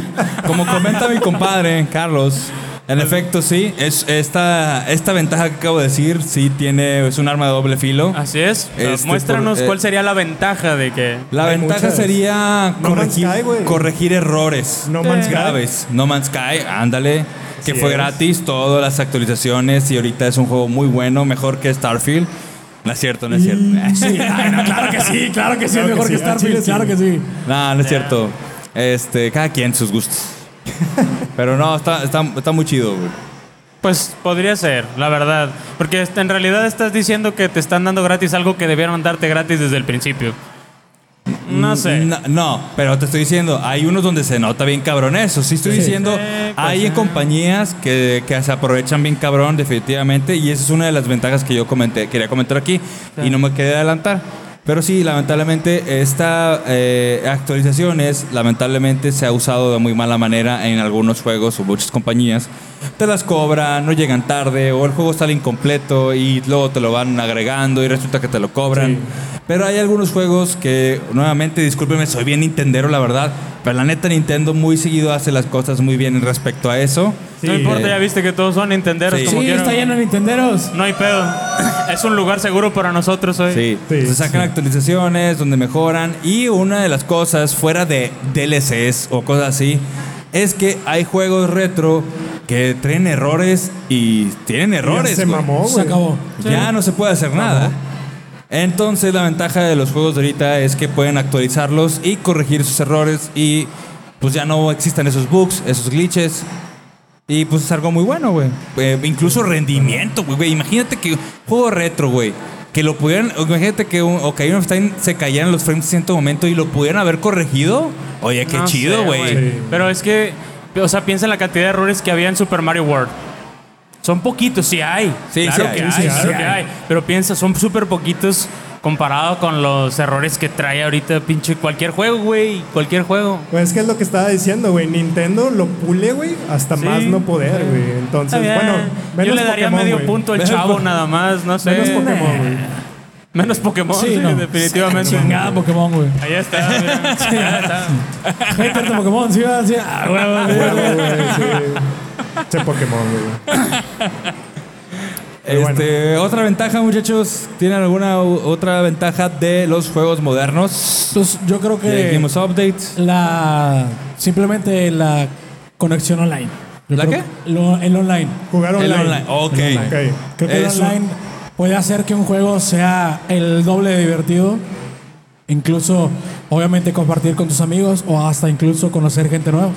Speaker 3: como comenta mi compadre Carlos, en efecto sí, es esta, esta ventaja que acabo de decir sí tiene es un arma de doble filo.
Speaker 6: Así es.
Speaker 3: Este,
Speaker 6: Muéstranos
Speaker 3: por- eh,
Speaker 6: cuál sería la ventaja de que.
Speaker 3: La
Speaker 5: Hay
Speaker 3: ventaja
Speaker 5: muchas.
Speaker 3: sería
Speaker 5: No Man's
Speaker 3: corregir,
Speaker 5: Sky, güey.
Speaker 3: corregir errores
Speaker 5: No Man's Sky.
Speaker 3: graves. No Man's Sky, ándale, que fue gratis, todas las actualizaciones y ahorita es un juego muy bueno, mejor que Starfield. No es cierto, no es cierto.
Speaker 4: Sí, ay, no, claro que sí, claro que
Speaker 5: Claro
Speaker 4: sí, es
Speaker 5: que
Speaker 4: mejor
Speaker 5: sí,
Speaker 4: que,
Speaker 5: a
Speaker 4: Starfield,
Speaker 5: Chile sí.
Speaker 4: claro que sí.
Speaker 3: No, no es cierto. Este, cada quien sus gustos. Pero no, está, está, está muy chido, güey.
Speaker 6: Pues podría ser, la verdad. Porque este- en realidad estás diciendo que te están dando gratis algo que debieron darte gratis desde el principio. No sé.
Speaker 3: Mm, No, no, pero te estoy diciendo, hay unos donde se nota bien cabrón eso. Sí estoy diciendo,
Speaker 6: Eh, pues,
Speaker 3: hay
Speaker 6: ah.
Speaker 3: compañías que, que se aprovechan bien cabrón, definitivamente, y esa es una de las ventajas que yo comenté, quería comentar aquí y no me quería adelantar. Pero sí, lamentablemente, esta eh, actualizaciones, lamentablemente se ha usado de muy mala manera en algunos juegos o muchas compañías. Te las cobran, no llegan tarde, o el juego sale incompleto y luego te lo van agregando y resulta que te lo cobran. Pero hay algunos juegos que, nuevamente, discúlpenme, soy bien Nintendero, la verdad. Pero la neta, Nintendo muy seguido hace las cosas muy bien respecto a eso.
Speaker 6: no importa, ya viste que todos son nintenderos
Speaker 3: Sí.
Speaker 6: como
Speaker 4: Sí,
Speaker 6: quieran.
Speaker 4: está lleno de Nintenderos.
Speaker 6: No hay pedo. Es un lugar seguro para nosotros hoy.
Speaker 3: Sí,
Speaker 5: Sí,
Speaker 3: se sacan
Speaker 5: sí.
Speaker 3: actualizaciones donde mejoran. Y una de las cosas, fuera de DLCs o cosas así, es que hay juegos retro que traen errores y tienen errores.
Speaker 5: Se
Speaker 3: güey.
Speaker 5: mamó,
Speaker 4: Se
Speaker 5: güey.
Speaker 4: acabó.
Speaker 3: Ya no se puede hacer nada. Entonces la ventaja de los juegos de ahorita es que pueden actualizarlos y corregir sus errores y pues ya no existan esos bugs, esos glitches. Y pues es algo muy bueno, güey. Eh, incluso rendimiento, güey, güey. Imagínate que juego retro, güey. Que lo pudieran. Imagínate que un Ocarina of Time se cayeran los frames en cierto momento y lo pudieran haber corregido. Oye, qué
Speaker 6: No
Speaker 3: chido,
Speaker 6: sé,
Speaker 3: güey.
Speaker 6: Pero es que, o sea, piensa en la cantidad de errores que había en Super Mario World. Son poquitos, sí hay.
Speaker 3: Sí,
Speaker 6: claro
Speaker 3: sí hay,
Speaker 6: que hay,
Speaker 3: sí
Speaker 6: claro que hay. Pero piensa, son súper poquitos comparado con los errores que trae ahorita pinche cualquier juego, güey. Cualquier juego.
Speaker 5: Pues es que es lo que estaba diciendo, güey. Nintendo lo pule, güey, hasta
Speaker 6: Sí,
Speaker 5: más no poder, güey.
Speaker 6: Está
Speaker 5: Entonces,
Speaker 6: bien.
Speaker 5: bueno, menos
Speaker 6: Yo le daría
Speaker 5: Pokémon,
Speaker 6: medio
Speaker 5: güey.
Speaker 6: punto al
Speaker 5: Menos
Speaker 6: chavo
Speaker 5: po-
Speaker 6: nada más, no sé.
Speaker 5: Menos Pokémon, güey.
Speaker 6: Menos Pokémon,
Speaker 4: Sí,
Speaker 6: sí,
Speaker 4: no.
Speaker 6: definitivamente.
Speaker 4: Chingada Pokémon, güey.
Speaker 6: Ahí está. mira. Ya está.
Speaker 4: Hater de Pokémon, sí, sí. Ah, huevo, sí.
Speaker 5: Huevo, güey, sí. Che Pokémon, güey. Pero
Speaker 3: Este, Otra ventaja, muchachos. ¿Tienen alguna u- otra ventaja de los juegos modernos?
Speaker 4: Entonces, yo creo
Speaker 3: Ya
Speaker 4: que
Speaker 3: dijimos updates.
Speaker 4: la simplemente la conexión online. Yo
Speaker 3: ¿La
Speaker 4: creo- lo- el online.
Speaker 5: Jugar
Speaker 3: El
Speaker 5: online.
Speaker 3: online. Ok.
Speaker 5: Ok.
Speaker 4: Creo que
Speaker 3: Eso.
Speaker 4: el online puede hacer que un juego sea el doble de divertido. Incluso, obviamente, compartir con tus amigos o hasta incluso conocer gente nueva.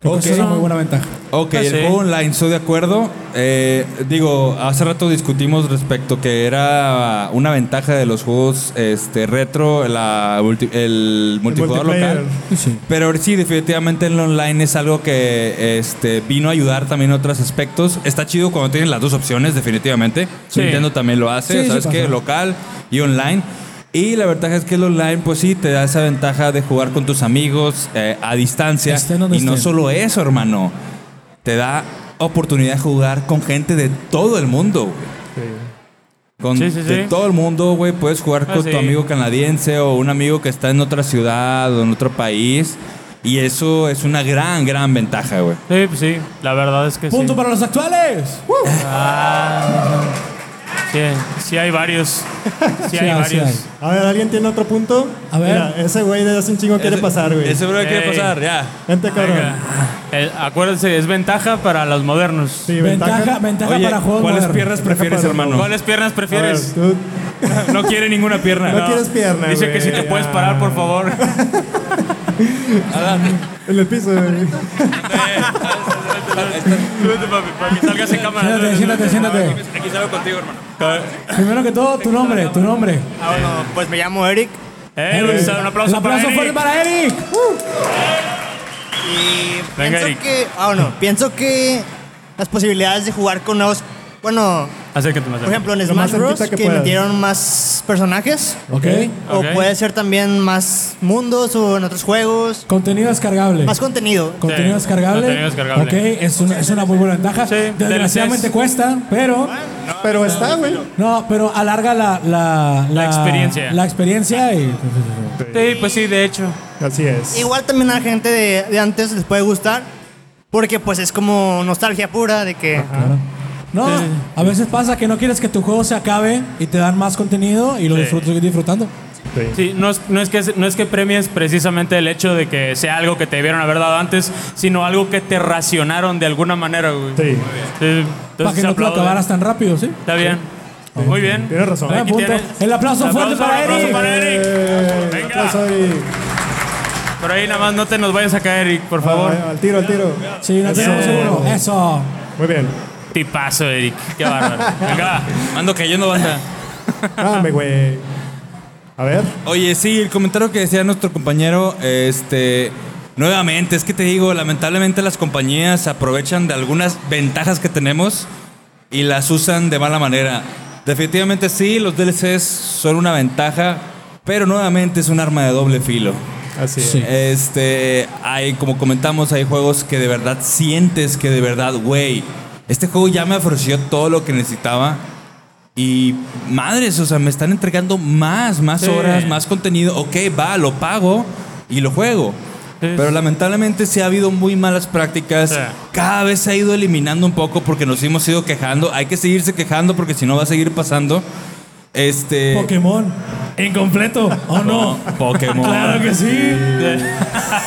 Speaker 4: Creo
Speaker 3: Ok.
Speaker 4: que esa es una muy buena ventaja.
Speaker 3: Ok,
Speaker 6: Ah,
Speaker 3: el
Speaker 6: sí.
Speaker 3: juego online, estoy de acuerdo. Eh, digo, hace rato discutimos respecto que era una ventaja de los juegos este, retro, la multi- el multijugador
Speaker 5: multiplayer.
Speaker 3: local.
Speaker 4: Sí.
Speaker 3: Pero sí, definitivamente el online es algo que este, vino a ayudar también en otros aspectos. Está chido cuando tienen las dos opciones, definitivamente.
Speaker 6: Sí.
Speaker 3: Nintendo también lo hace,
Speaker 4: Sí, sí
Speaker 3: ¿sabes
Speaker 4: pasa.
Speaker 3: qué? Local y online. Y la ventaja es que el online, pues sí, te da esa ventaja de jugar con tus amigos eh, a distancia.
Speaker 4: Estén donde
Speaker 3: y no
Speaker 4: estén.
Speaker 3: solo eso, hermano. Te da oportunidad de jugar con gente de todo el mundo, güey. Con
Speaker 6: Sí, sí, sí.
Speaker 3: de todo el mundo, güey, puedes jugar
Speaker 6: Ah,
Speaker 3: con
Speaker 6: sí.
Speaker 3: tu amigo canadiense o un amigo que está en otra ciudad o en otro país. Y eso es una gran, gran ventaja, güey.
Speaker 6: Sí, pues sí. La verdad es que sí.
Speaker 4: Punto para los actuales.
Speaker 6: Sí, sí hay varios. Sí,
Speaker 4: Sí,
Speaker 6: hay
Speaker 4: sí
Speaker 6: varios.
Speaker 4: hay.
Speaker 5: A ver, ¿alguien tiene otro punto?
Speaker 4: A ver.
Speaker 5: Mira, ese güey de hace un chingo quiere
Speaker 3: Ese-
Speaker 5: pasar, güey.
Speaker 3: Ese bro Eh, quiere
Speaker 6: Ey.
Speaker 3: pasar, ya.
Speaker 5: Vente, cabrón.
Speaker 6: Venga. Eh, acuérdense, es ventaja para los modernos.
Speaker 5: Sí,
Speaker 4: Ventaja,
Speaker 5: ventaja.
Speaker 4: ventaja
Speaker 3: Oye,
Speaker 4: para juegos
Speaker 3: ¿cuáles
Speaker 4: modernos.
Speaker 3: piernas prefieres,
Speaker 5: para-
Speaker 3: hermano?
Speaker 6: ¿Cuáles piernas
Speaker 5: A ver,
Speaker 6: prefieres?
Speaker 5: tú-
Speaker 3: No quiere ninguna pierna.
Speaker 5: No quieres pierna,
Speaker 6: Dice
Speaker 5: güey,
Speaker 6: que si te
Speaker 5: ya.
Speaker 3: Ah.
Speaker 6: puedes parar, por favor.
Speaker 5: En el piso, güey.
Speaker 6: Súbete, papi, para que salgas en cámara.
Speaker 4: Siéntate, siéntate, siéntate.
Speaker 9: Aquí salgo contigo, hermano.
Speaker 4: Primero que todo, tu nombre, tu nombre.
Speaker 9: Ah, bueno, pues me llamo Eric
Speaker 6: Eh, Luis, un
Speaker 4: El
Speaker 6: aplauso para
Speaker 4: aplauso fuerte
Speaker 6: Eric.
Speaker 4: para Eric.
Speaker 9: y
Speaker 6: Venga,
Speaker 9: pienso
Speaker 6: Eric.
Speaker 9: que, ah, bueno, pienso que las posibilidades de jugar con nuevos, bueno,
Speaker 6: Acércate más.
Speaker 9: por ejemplo, en
Speaker 5: Lo
Speaker 9: Smash
Speaker 5: más
Speaker 9: Bros
Speaker 5: cerquita que
Speaker 9: que,
Speaker 5: puedas.
Speaker 9: metieron más personajes
Speaker 4: Ok.
Speaker 9: o
Speaker 6: Ok.
Speaker 9: puede ser también más mundos o en otros juegos,
Speaker 4: Contenido descargable.
Speaker 9: más contenido.
Speaker 4: Contenido
Speaker 6: Sí,
Speaker 4: descargable.
Speaker 6: contenido descargable.
Speaker 4: Ok, es una, es una muy buena ventaja.
Speaker 6: Sí,
Speaker 4: Desgraciadamente
Speaker 6: DLCs.
Speaker 4: cuesta, pero.
Speaker 5: Pero está, güey.
Speaker 4: No, pero alarga la. La,
Speaker 6: experiencia.
Speaker 4: La experiencia y.
Speaker 6: Sí, pues sí, de hecho.
Speaker 5: Así es.
Speaker 9: Igual también a la gente de, de antes les puede gustar porque pues es como nostalgia pura de que
Speaker 4: No, a veces pasa que no quieres que tu juego se acabe y te dan más contenido y lo
Speaker 6: Sí.
Speaker 4: disfrutas sigues disfrutando.
Speaker 6: Sí, no es, no, es que, no es que premies precisamente el hecho de que sea algo que te debieron haber dado antes, sino algo que te racionaron de alguna manera, güey.
Speaker 5: Sí.
Speaker 6: Sí,
Speaker 4: Para
Speaker 6: entonces
Speaker 4: que no te lo
Speaker 6: aplaude.
Speaker 4: acabaras tan rápido, ¿sí?
Speaker 6: Está bien. Muy bien.
Speaker 5: Tienes razón.
Speaker 4: Ah,
Speaker 6: Aquí
Speaker 4: punto.
Speaker 6: tienes.
Speaker 4: El aplauso fuerte para
Speaker 6: aplauso
Speaker 4: Eric.
Speaker 6: para Eric.
Speaker 5: Eh,
Speaker 6: Venga.
Speaker 5: aplauso, Eric.
Speaker 6: Por ahí nada más no te nos vayas a caer, Eric, por favor.
Speaker 5: Ah, Al tiro, al tiro.
Speaker 4: Sí, no tenemos seguro. Eso.
Speaker 5: Muy bien.
Speaker 6: Tipazo, Eric. Qué bárbaro. Venga.
Speaker 3: Ando cayendo banda.
Speaker 5: Dame, güey. A ver.
Speaker 3: Oye, sí, el comentario que decía nuestro compañero, este, nuevamente, es que te digo, lamentablemente las compañías aprovechan de algunas ventajas que tenemos y las usan de mala manera. Definitivamente sí, los DLCs son una ventaja, pero nuevamente es un arma de doble filo.
Speaker 5: Así es.
Speaker 3: Este, hay, como comentamos, hay juegos que de verdad sientes que de verdad, güey, este juego ya me ofreció todo lo que necesitaba. Y madres, o sea, me están entregando más, más
Speaker 6: Sí.
Speaker 3: horas, más contenido. Ok, va, lo pago y lo juego. Pero lamentablemente sí ha habido muy malas prácticas.
Speaker 6: Sí.
Speaker 3: Cada vez se ha ido eliminando un poco porque nos hemos ido quejando. Hay que seguirse quejando porque si no va a seguir pasando. Este.
Speaker 4: Pokémon. Incompleto. ¿O no?
Speaker 3: Pokémon.
Speaker 4: Claro que sí.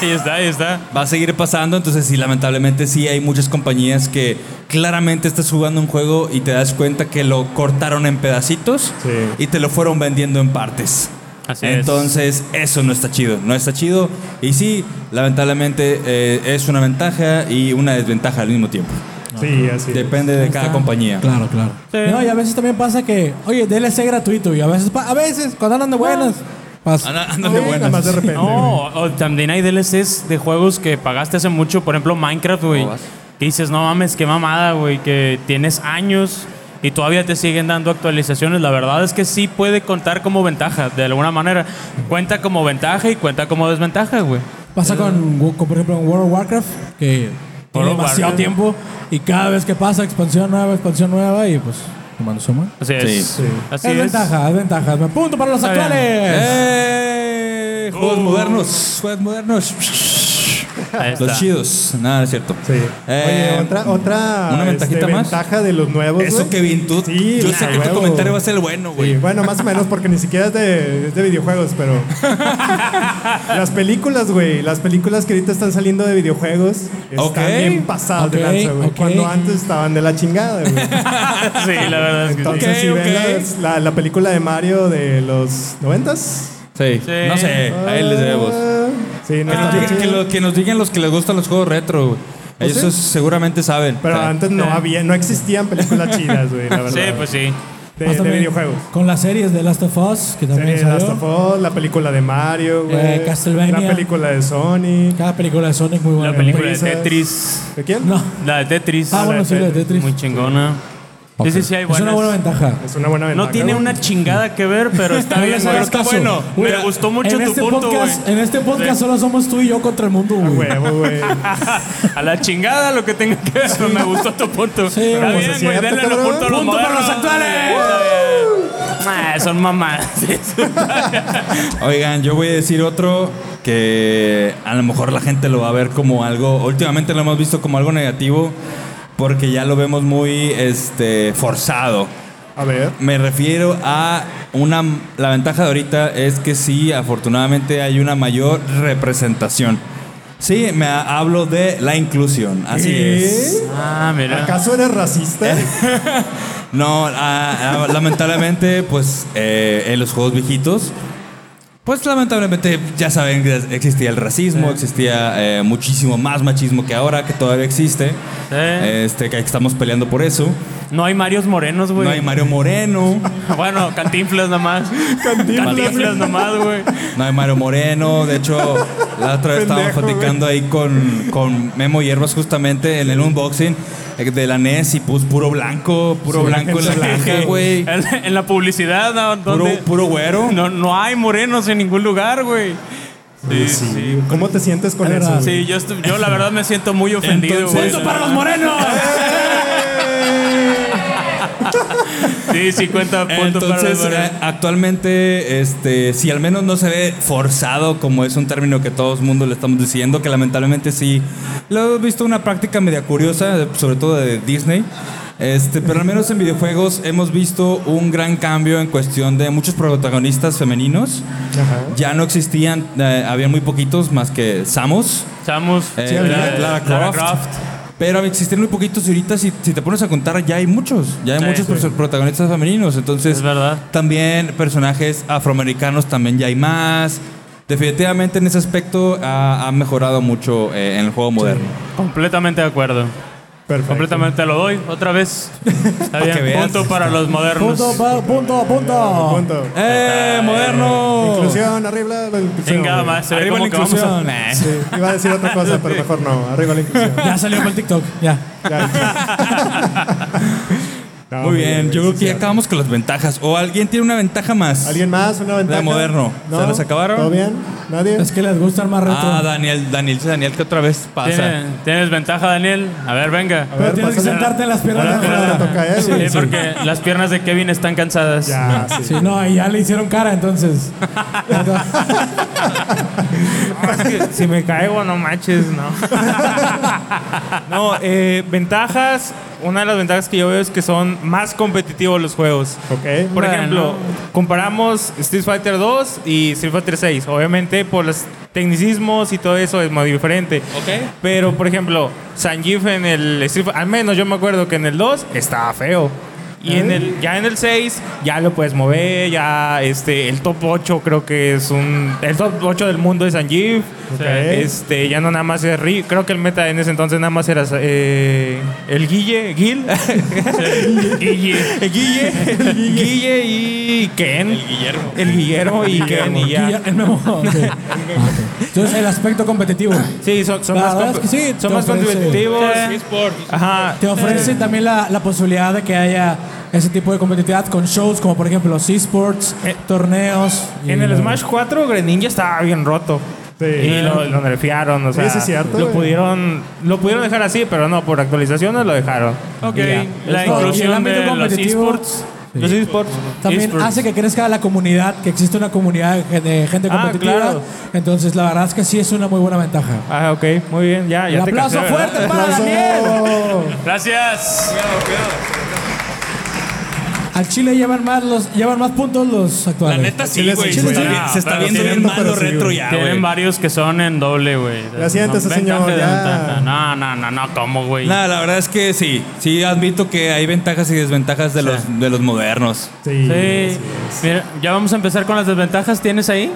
Speaker 6: ahí está, ahí está.
Speaker 3: va a seguir pasando. Entonces, sí, lamentablemente, sí hay muchas compañías que claramente estás jugando un juego y te das cuenta que lo cortaron en pedacitos
Speaker 5: Sí.
Speaker 3: y te lo fueron vendiendo en partes.
Speaker 6: Así es.
Speaker 3: Entonces, eso no está chido, no está chido. Y sí, lamentablemente eh, es una ventaja y una desventaja al mismo tiempo.
Speaker 5: Sí, así. es.
Speaker 3: Depende de cada compañía.
Speaker 4: Claro, claro. No, y a veces también pasa que, oye, DLC gratuito. Y a veces, pa- a veces, cuando andan de buenas, pasa.
Speaker 3: Anda- andan de
Speaker 5: Sí,
Speaker 3: buenas.
Speaker 5: nada más de repente. güey.
Speaker 6: No, o también hay DLCs de juegos que pagaste hace mucho, por ejemplo Minecraft,
Speaker 3: Oh,
Speaker 6: güey. Que dices, no mames, qué mamada, güey, que tienes años y todavía te siguen dando actualizaciones. La verdad es que sí puede contar como ventaja, de alguna manera. Cuenta como ventaja y cuenta como desventaja, güey.
Speaker 4: Pasa con, wo- con, por ejemplo, en World of Warcraft, que
Speaker 6: World
Speaker 4: tiene
Speaker 6: of
Speaker 4: demasiado
Speaker 6: Warcraft.
Speaker 4: tiempo. Y cada vez que pasa, expansión nueva, expansión nueva. Y pues, sumando suma.
Speaker 6: Así es. Así
Speaker 4: es,
Speaker 6: es.
Speaker 4: ventaja, es ventaja. Me Punto para los
Speaker 6: Está bien.
Speaker 4: actuales.
Speaker 3: ¡Eh! Juegos modernos, juegos modernos.
Speaker 6: Ahí está.
Speaker 3: Los chidos, nada, es cierto.
Speaker 5: Sí.
Speaker 3: Eh,
Speaker 5: Oye, otra, otra
Speaker 3: ¿una
Speaker 5: este,
Speaker 3: ventajita más?
Speaker 5: ventaja de los nuevos.
Speaker 3: Eso,
Speaker 5: güey.
Speaker 3: Kevin, tú.
Speaker 5: Sí,
Speaker 3: yo
Speaker 5: nah,
Speaker 3: sé que tu
Speaker 5: huevo.
Speaker 3: comentario va a ser el bueno,
Speaker 5: Sí,
Speaker 3: güey.
Speaker 5: bueno, más o menos porque ni siquiera es de, es de videojuegos, pero... las películas, güey. Las películas que ahorita están saliendo de videojuegos están
Speaker 3: Ok.
Speaker 5: bien pasadas
Speaker 4: Ok,
Speaker 5: de lanza, güey.
Speaker 4: ok.
Speaker 5: Cuando antes estaban de la chingada, güey.
Speaker 6: Sí, la verdad es que sí.
Speaker 5: Entonces, si
Speaker 3: Ok,
Speaker 5: ven
Speaker 3: ok.
Speaker 5: la, la- la película de Mario de los noventas...
Speaker 3: Sí.
Speaker 6: Sí.
Speaker 3: No sé, a él les debemos.
Speaker 5: ah, Sí, no
Speaker 3: Que nos,
Speaker 5: está
Speaker 3: digan,
Speaker 5: chido. ¿Ah,
Speaker 3: que lo- que nos digan los que les gustan los juegos retro, güey. Ellos
Speaker 5: sí.
Speaker 3: seguramente saben.
Speaker 5: Pero
Speaker 3: Sí.
Speaker 5: antes no había, no existían películas chidas, güey, la verdad.
Speaker 6: Sí, pues sí.
Speaker 5: De,
Speaker 4: Más
Speaker 5: de
Speaker 4: también
Speaker 5: videojuegos.
Speaker 4: Con las series de Last of Us, que
Speaker 5: Serie
Speaker 4: también
Speaker 5: de Last
Speaker 4: salió.
Speaker 5: of Us, la película de Mario, güey.
Speaker 4: Eh, Castlevania.
Speaker 5: La película de Sonic.
Speaker 4: Cada película de Sonic muy buena.
Speaker 6: La película de
Speaker 5: Risas.
Speaker 6: Tetris.
Speaker 5: ¿De quién?
Speaker 4: No.
Speaker 6: La de Tetris.
Speaker 4: Ah, bueno, sí, la de Tetris.
Speaker 6: Muy chingona. Sí, sí, sí, hay
Speaker 4: Es una buena
Speaker 6: buenas.
Speaker 4: ventaja.
Speaker 5: Es una buena ventaja.
Speaker 6: No tiene
Speaker 5: güey.
Speaker 6: una chingada que ver, pero está bien,
Speaker 4: Pero
Speaker 6: güey.
Speaker 4: está bueno.
Speaker 6: Me
Speaker 4: Mira,
Speaker 6: gustó mucho
Speaker 4: en
Speaker 6: tu
Speaker 4: este
Speaker 6: punto, güey.
Speaker 4: podcast, En este podcast solo somos tú y yo contra el mundo,
Speaker 5: Ah,
Speaker 4: güey.
Speaker 5: huevo, güey.
Speaker 6: A la chingada lo que tenga que ver, pero me gustó tu punto.
Speaker 4: Sí,
Speaker 6: está
Speaker 4: como
Speaker 6: bien,
Speaker 5: se
Speaker 6: güey,
Speaker 5: siente,
Speaker 6: denle los
Speaker 5: cabrón.
Speaker 6: puntos a los
Speaker 4: Punto para
Speaker 6: modernos.
Speaker 4: los actuales.
Speaker 6: Ah, son mamás.
Speaker 3: Oigan, yo voy a decir otro que a lo mejor la gente lo va a ver como algo. Últimamente lo hemos visto como algo negativo porque ya lo vemos muy este, forzado.
Speaker 5: A ver.
Speaker 3: Me refiero a una. La ventaja de ahorita es que sí, afortunadamente hay una mayor representación. Sí, me ha- hablo de la inclusión. Así es.
Speaker 6: Ah, mira.
Speaker 5: ¿Acaso eres racista?
Speaker 9: Eh.
Speaker 3: No, ah, ah, lamentablemente, pues eh, en los juegos viejitos, pues lamentablemente ya saben que existía el racismo, existía eh, muchísimo más machismo que ahora, que todavía existe.
Speaker 6: Sí.
Speaker 3: Este, que estamos peleando por eso.
Speaker 6: No hay Marios Morenos, güey.
Speaker 3: No hay Mario Moreno,
Speaker 6: Bueno, cantinflas nomás. Cantinflas nomás, güey.
Speaker 3: no hay Mario Moreno. De hecho, la otra vez estábamos
Speaker 5: Pendejo,
Speaker 3: platicando ahí con, con Memo Hierbas justamente en el unboxing eh, de la NES y pues puro blanco, puro blanco en la caja, güey.
Speaker 6: En, en la publicidad, ¿no?
Speaker 3: Puro,
Speaker 6: ¿Dónde?
Speaker 3: puro güero.
Speaker 6: No, no hay morenos en ningún lugar, güey. Sí, sí.
Speaker 5: ¿Cómo te sientes con
Speaker 4: Es
Speaker 5: eso?
Speaker 3: Ah.
Speaker 4: verdad.
Speaker 5: güey?
Speaker 6: Sí, yo, estu- yo la verdad me siento muy ofendido, güey.
Speaker 4: ¡Punto para los morenos!
Speaker 6: Sí, sí, cuenta punto para los
Speaker 3: Entonces,
Speaker 6: morenos.
Speaker 3: eh, actualmente, este, si al menos no se ve forzado, como es un término que todo el mundo le estamos diciendo, que lamentablemente sí, lo he visto una práctica media curiosa, sobre todo de Disney. Este, pero al menos en videojuegos hemos visto un gran cambio en cuestión de muchos protagonistas femeninos. Ya no existían, eh, había muy poquitos más que Samus.
Speaker 6: Samus,
Speaker 3: Eh,
Speaker 6: la-
Speaker 3: Lara- Lara
Speaker 6: Lara
Speaker 3: Croft. Pero existen muy poquitos y ahorita si, si te pones a contar ya hay muchos, ya hay
Speaker 6: Sí,
Speaker 3: muchos
Speaker 6: sí.
Speaker 3: perso- protagonistas femeninos, entonces
Speaker 6: Es verdad.
Speaker 3: también personajes afroamericanos también ya hay más. Definitivamente en ese aspecto ha, ha mejorado mucho eh, en el juego moderno.
Speaker 6: Completamente de acuerdo.
Speaker 5: Perfecto.
Speaker 6: Completamente lo doy otra vez. Está bien.
Speaker 3: que veas.
Speaker 6: Punto para los modernos.
Speaker 4: punto, pa- punto, punto.
Speaker 5: Punto.
Speaker 3: ¡Eh,
Speaker 4: Oh.
Speaker 3: moderno!
Speaker 5: Inclusión, arriba la inclusión.
Speaker 6: Venga,
Speaker 5: güey.
Speaker 6: más. Se ve
Speaker 3: Arriba la
Speaker 6: como que vamos a...
Speaker 3: inclusión. Eh.
Speaker 5: Sí, iba a decir otra cosa, pero mejor no. Arriba la inclusión.
Speaker 4: Ya salió para el TikTok, ya.
Speaker 5: Ya. No,
Speaker 3: Muy bien,
Speaker 5: güey,
Speaker 3: yo
Speaker 5: sí,
Speaker 3: creo que
Speaker 5: sí.
Speaker 3: ya acabamos con las ventajas. ¿O alguien tiene una ventaja más?
Speaker 5: ¿Alguien más? ¿Una ventaja?
Speaker 3: De moderno.
Speaker 5: No.
Speaker 3: ¿Se las acabaron?
Speaker 5: ¿Todo bien? ¿Nadie?
Speaker 4: Es que les gustan más retro.
Speaker 3: Ah, Daniel, Daniel, Daniel, que otra vez pasa.
Speaker 6: ¿Tiene- ¿Tienes ventaja, Daniel? A ver, venga.
Speaker 5: A
Speaker 4: Pero
Speaker 5: ver,
Speaker 4: tienes que
Speaker 5: pásale.
Speaker 4: sentarte en las piernas de
Speaker 5: Ahora le
Speaker 4: afuera.
Speaker 5: toca a él,
Speaker 6: Sí,
Speaker 5: güey.
Speaker 6: porque las piernas de Kevin están cansadas.
Speaker 5: Ya, sí.
Speaker 4: Sí, no, y ya le hicieron cara, entonces.
Speaker 7: si me caigo, no manches, no. no, eh, ventajas. Una de las ventajas que yo veo es que son más competitivos los juegos.
Speaker 5: Ok.
Speaker 7: Por
Speaker 6: Bueno.
Speaker 7: ejemplo, comparamos Street Fighter 2 y Street Fighter 6. Obviamente por los tecnicismos y todo eso es muy diferente. Pero por ejemplo, Sanjif en el Street Fighter, al menos yo me acuerdo que en el 2 estaba feo. Y en el, ya en el 6 ya lo puedes mover, ya este, el top 8 creo que es un... El top 8 del mundo es Sanjeev. Este, ya no nada más es Ri. Creo que el meta en ese entonces nada más era eh, el Guille, Gil. Guille. El Guille, el Guille y Ken. El Guillermo. El Guillermo y Ken y ya.
Speaker 4: Guilla- no, ok. Entonces, el aspecto competitivo.
Speaker 7: Sí, son, son
Speaker 4: La
Speaker 7: más,
Speaker 4: verdad
Speaker 7: comp-
Speaker 4: es que sí,
Speaker 7: son
Speaker 4: te
Speaker 7: más
Speaker 4: ofrece-
Speaker 7: competitivos. Ajá.
Speaker 4: Te ofrece también la, la posibilidad de que haya ese tipo de competitividad con shows como, por ejemplo, los esports, torneos. y
Speaker 7: En el
Speaker 4: la-
Speaker 7: Smash 4, Greninja estaba bien roto.
Speaker 5: Sí.
Speaker 7: Y lo, lo nerfearon, o sea,
Speaker 5: sí es cierto,
Speaker 7: lo
Speaker 5: güey.
Speaker 7: pudieron lo pudieron dejar así, pero no, por actualizaciones lo dejaron.
Speaker 6: Ok,
Speaker 7: Y ya.
Speaker 6: la
Speaker 4: Es todo. Y el
Speaker 6: inclusión
Speaker 4: ámbito
Speaker 6: de los
Speaker 4: competitivo-
Speaker 6: esports.
Speaker 7: Los esports.
Speaker 4: También
Speaker 6: Esports.
Speaker 4: hace que crezca la comunidad, que existe una comunidad de- de gente
Speaker 7: Ah,
Speaker 4: competitiva.
Speaker 7: claro.
Speaker 4: Entonces, la verdad es que sí es una muy buena ventaja.
Speaker 7: Ah, ok, muy bien, ya, ya
Speaker 4: El
Speaker 7: te
Speaker 4: aplauso
Speaker 7: cansé, ¿verdad?
Speaker 4: fuerte para Daniel.
Speaker 6: Gracias.
Speaker 4: Al Chile llevan más, los, llevan más puntos los
Speaker 3: La
Speaker 4: actuales.
Speaker 3: neta sí,
Speaker 5: Chile,
Speaker 3: güey.
Speaker 5: sí,
Speaker 3: Se, está
Speaker 5: güey.
Speaker 3: vi-
Speaker 6: Ah,
Speaker 3: se está
Speaker 6: pero
Speaker 3: viendo
Speaker 6: tienen-
Speaker 3: bien malo
Speaker 5: pero sí,
Speaker 3: retro
Speaker 5: güey.
Speaker 3: ya,
Speaker 6: Tienen
Speaker 3: güey.
Speaker 6: varios que son en doble, güey.
Speaker 5: Lo siento, ese
Speaker 6: Ventaja
Speaker 5: señor,
Speaker 6: de
Speaker 5: ya.
Speaker 6: ventaja. No, no, no, no, ¿cómo, güey?
Speaker 3: Nada, la verdad es que sí. Sí, admito que hay ventajas y desventajas de, los, de los modernos.
Speaker 5: Sí.
Speaker 6: Sí. Mira, ya vamos a empezar con las desventajas. ¿Tienes ahí?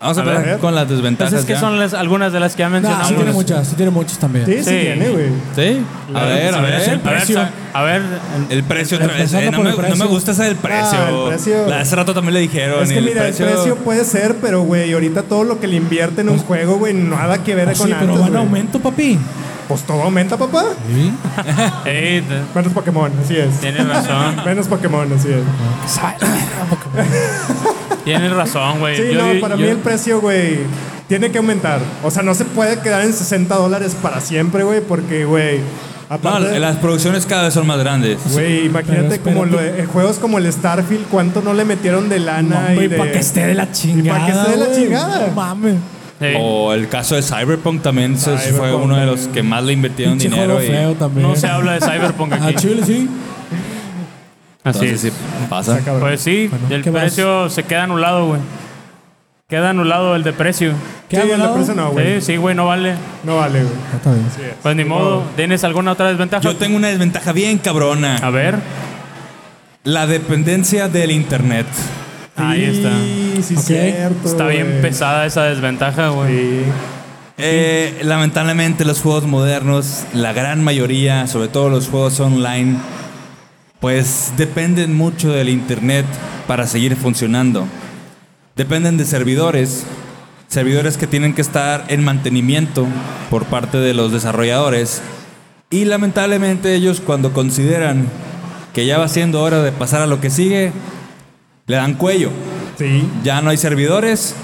Speaker 3: Vamos a,
Speaker 6: A
Speaker 3: empezar
Speaker 5: ver.
Speaker 3: con las desventajas.
Speaker 6: Entonces, ¿qué
Speaker 3: ya.
Speaker 6: son las, algunas de las que ya
Speaker 4: No,
Speaker 6: mencionamos?
Speaker 4: sí tiene muchas, sí tiene muchas también.
Speaker 5: Sí, sí
Speaker 6: Sí.
Speaker 5: tiene, güey.
Speaker 3: Sí. A ver, a ver.
Speaker 6: A ver, sa- a ver,
Speaker 3: El precio otra vez.
Speaker 4: Empezando
Speaker 3: eh, no,
Speaker 4: por
Speaker 3: me,
Speaker 4: el precio.
Speaker 3: no me gusta esa del precio.
Speaker 5: el precio.
Speaker 3: La- Hace rato también le dijeron.
Speaker 5: Es que
Speaker 3: el
Speaker 5: mira,
Speaker 3: precio-
Speaker 5: el precio puede ser, pero güey, ahorita todo lo que le invierte en un juego, güey, nada que ver
Speaker 4: Ah,
Speaker 5: con
Speaker 4: sí, pero
Speaker 5: antes,
Speaker 4: va en
Speaker 5: güey.
Speaker 4: aumento, papi.
Speaker 5: Pues todo aumenta, papá.
Speaker 6: eh, t-
Speaker 5: Menos Pokémon, así es.
Speaker 6: tienes razón.
Speaker 5: Menos Pokémon, así es.
Speaker 6: tienes razón, güey.
Speaker 5: Sí,
Speaker 6: Yo
Speaker 5: no,
Speaker 6: di-
Speaker 5: para
Speaker 6: yo-
Speaker 5: mí el precio, güey, tiene que aumentar. O sea, no se puede quedar en 60 dólares para siempre, güey, porque, güey,
Speaker 3: No,
Speaker 5: aparte...
Speaker 3: las producciones cada vez son más grandes.
Speaker 5: Güey, imagínate
Speaker 4: Pero
Speaker 5: como lo de- eh, juegos como el Starfield, cuánto no le metieron de lana y de...
Speaker 4: para que esté de la chingada.
Speaker 5: pa' que esté de la
Speaker 4: güey.
Speaker 5: chingada.
Speaker 4: No mames.
Speaker 6: sí.
Speaker 3: O el caso de Cyberpunk también se- fue
Speaker 5: Cyberpunk
Speaker 3: uno de los
Speaker 5: también.
Speaker 3: que más le invirtieron
Speaker 4: Pinche juego
Speaker 3: dinero.
Speaker 4: feo
Speaker 3: Y,
Speaker 4: también.
Speaker 6: No se habla de Cyberpunk
Speaker 4: A
Speaker 6: aquí.
Speaker 4: Chile, sí.
Speaker 6: Así
Speaker 3: entonces
Speaker 6: es.
Speaker 3: Ah, sí, pasa.
Speaker 6: Pues sí, el
Speaker 4: ¿qué más?
Speaker 6: precio se queda anulado, güey. Queda anulado el de precio.
Speaker 5: Sí,
Speaker 4: ¿Qué hago,
Speaker 5: el de
Speaker 4: Lau?
Speaker 5: precio no, Ah, güey.
Speaker 6: Sí, sí, güey, no vale.
Speaker 5: No vale, güey.
Speaker 4: Ah, está bien.
Speaker 6: Pues ni modo. ¿Tienes alguna otra desventaja?
Speaker 3: Yo tengo una desventaja bien
Speaker 6: A
Speaker 3: cabrona.
Speaker 6: ver.
Speaker 3: La dependencia del internet.
Speaker 6: Ahí está.
Speaker 5: Sí, sí,
Speaker 4: Ok.
Speaker 5: cierto,
Speaker 6: Está bien
Speaker 5: güey.
Speaker 6: pesada esa desventaja, güey.
Speaker 5: Sí.
Speaker 3: Eh, lamentablemente los juegos modernos, la gran mayoría, sobre todo los juegos online, pues dependen mucho del Internet para seguir funcionando. Dependen de servidores, servidores que tienen que estar en mantenimiento por parte de los desarrolladores. Y lamentablemente ellos cuando consideran que ya va siendo hora de pasar a lo que sigue, le dan cuello.
Speaker 5: Sí.
Speaker 3: Ya no hay servidores,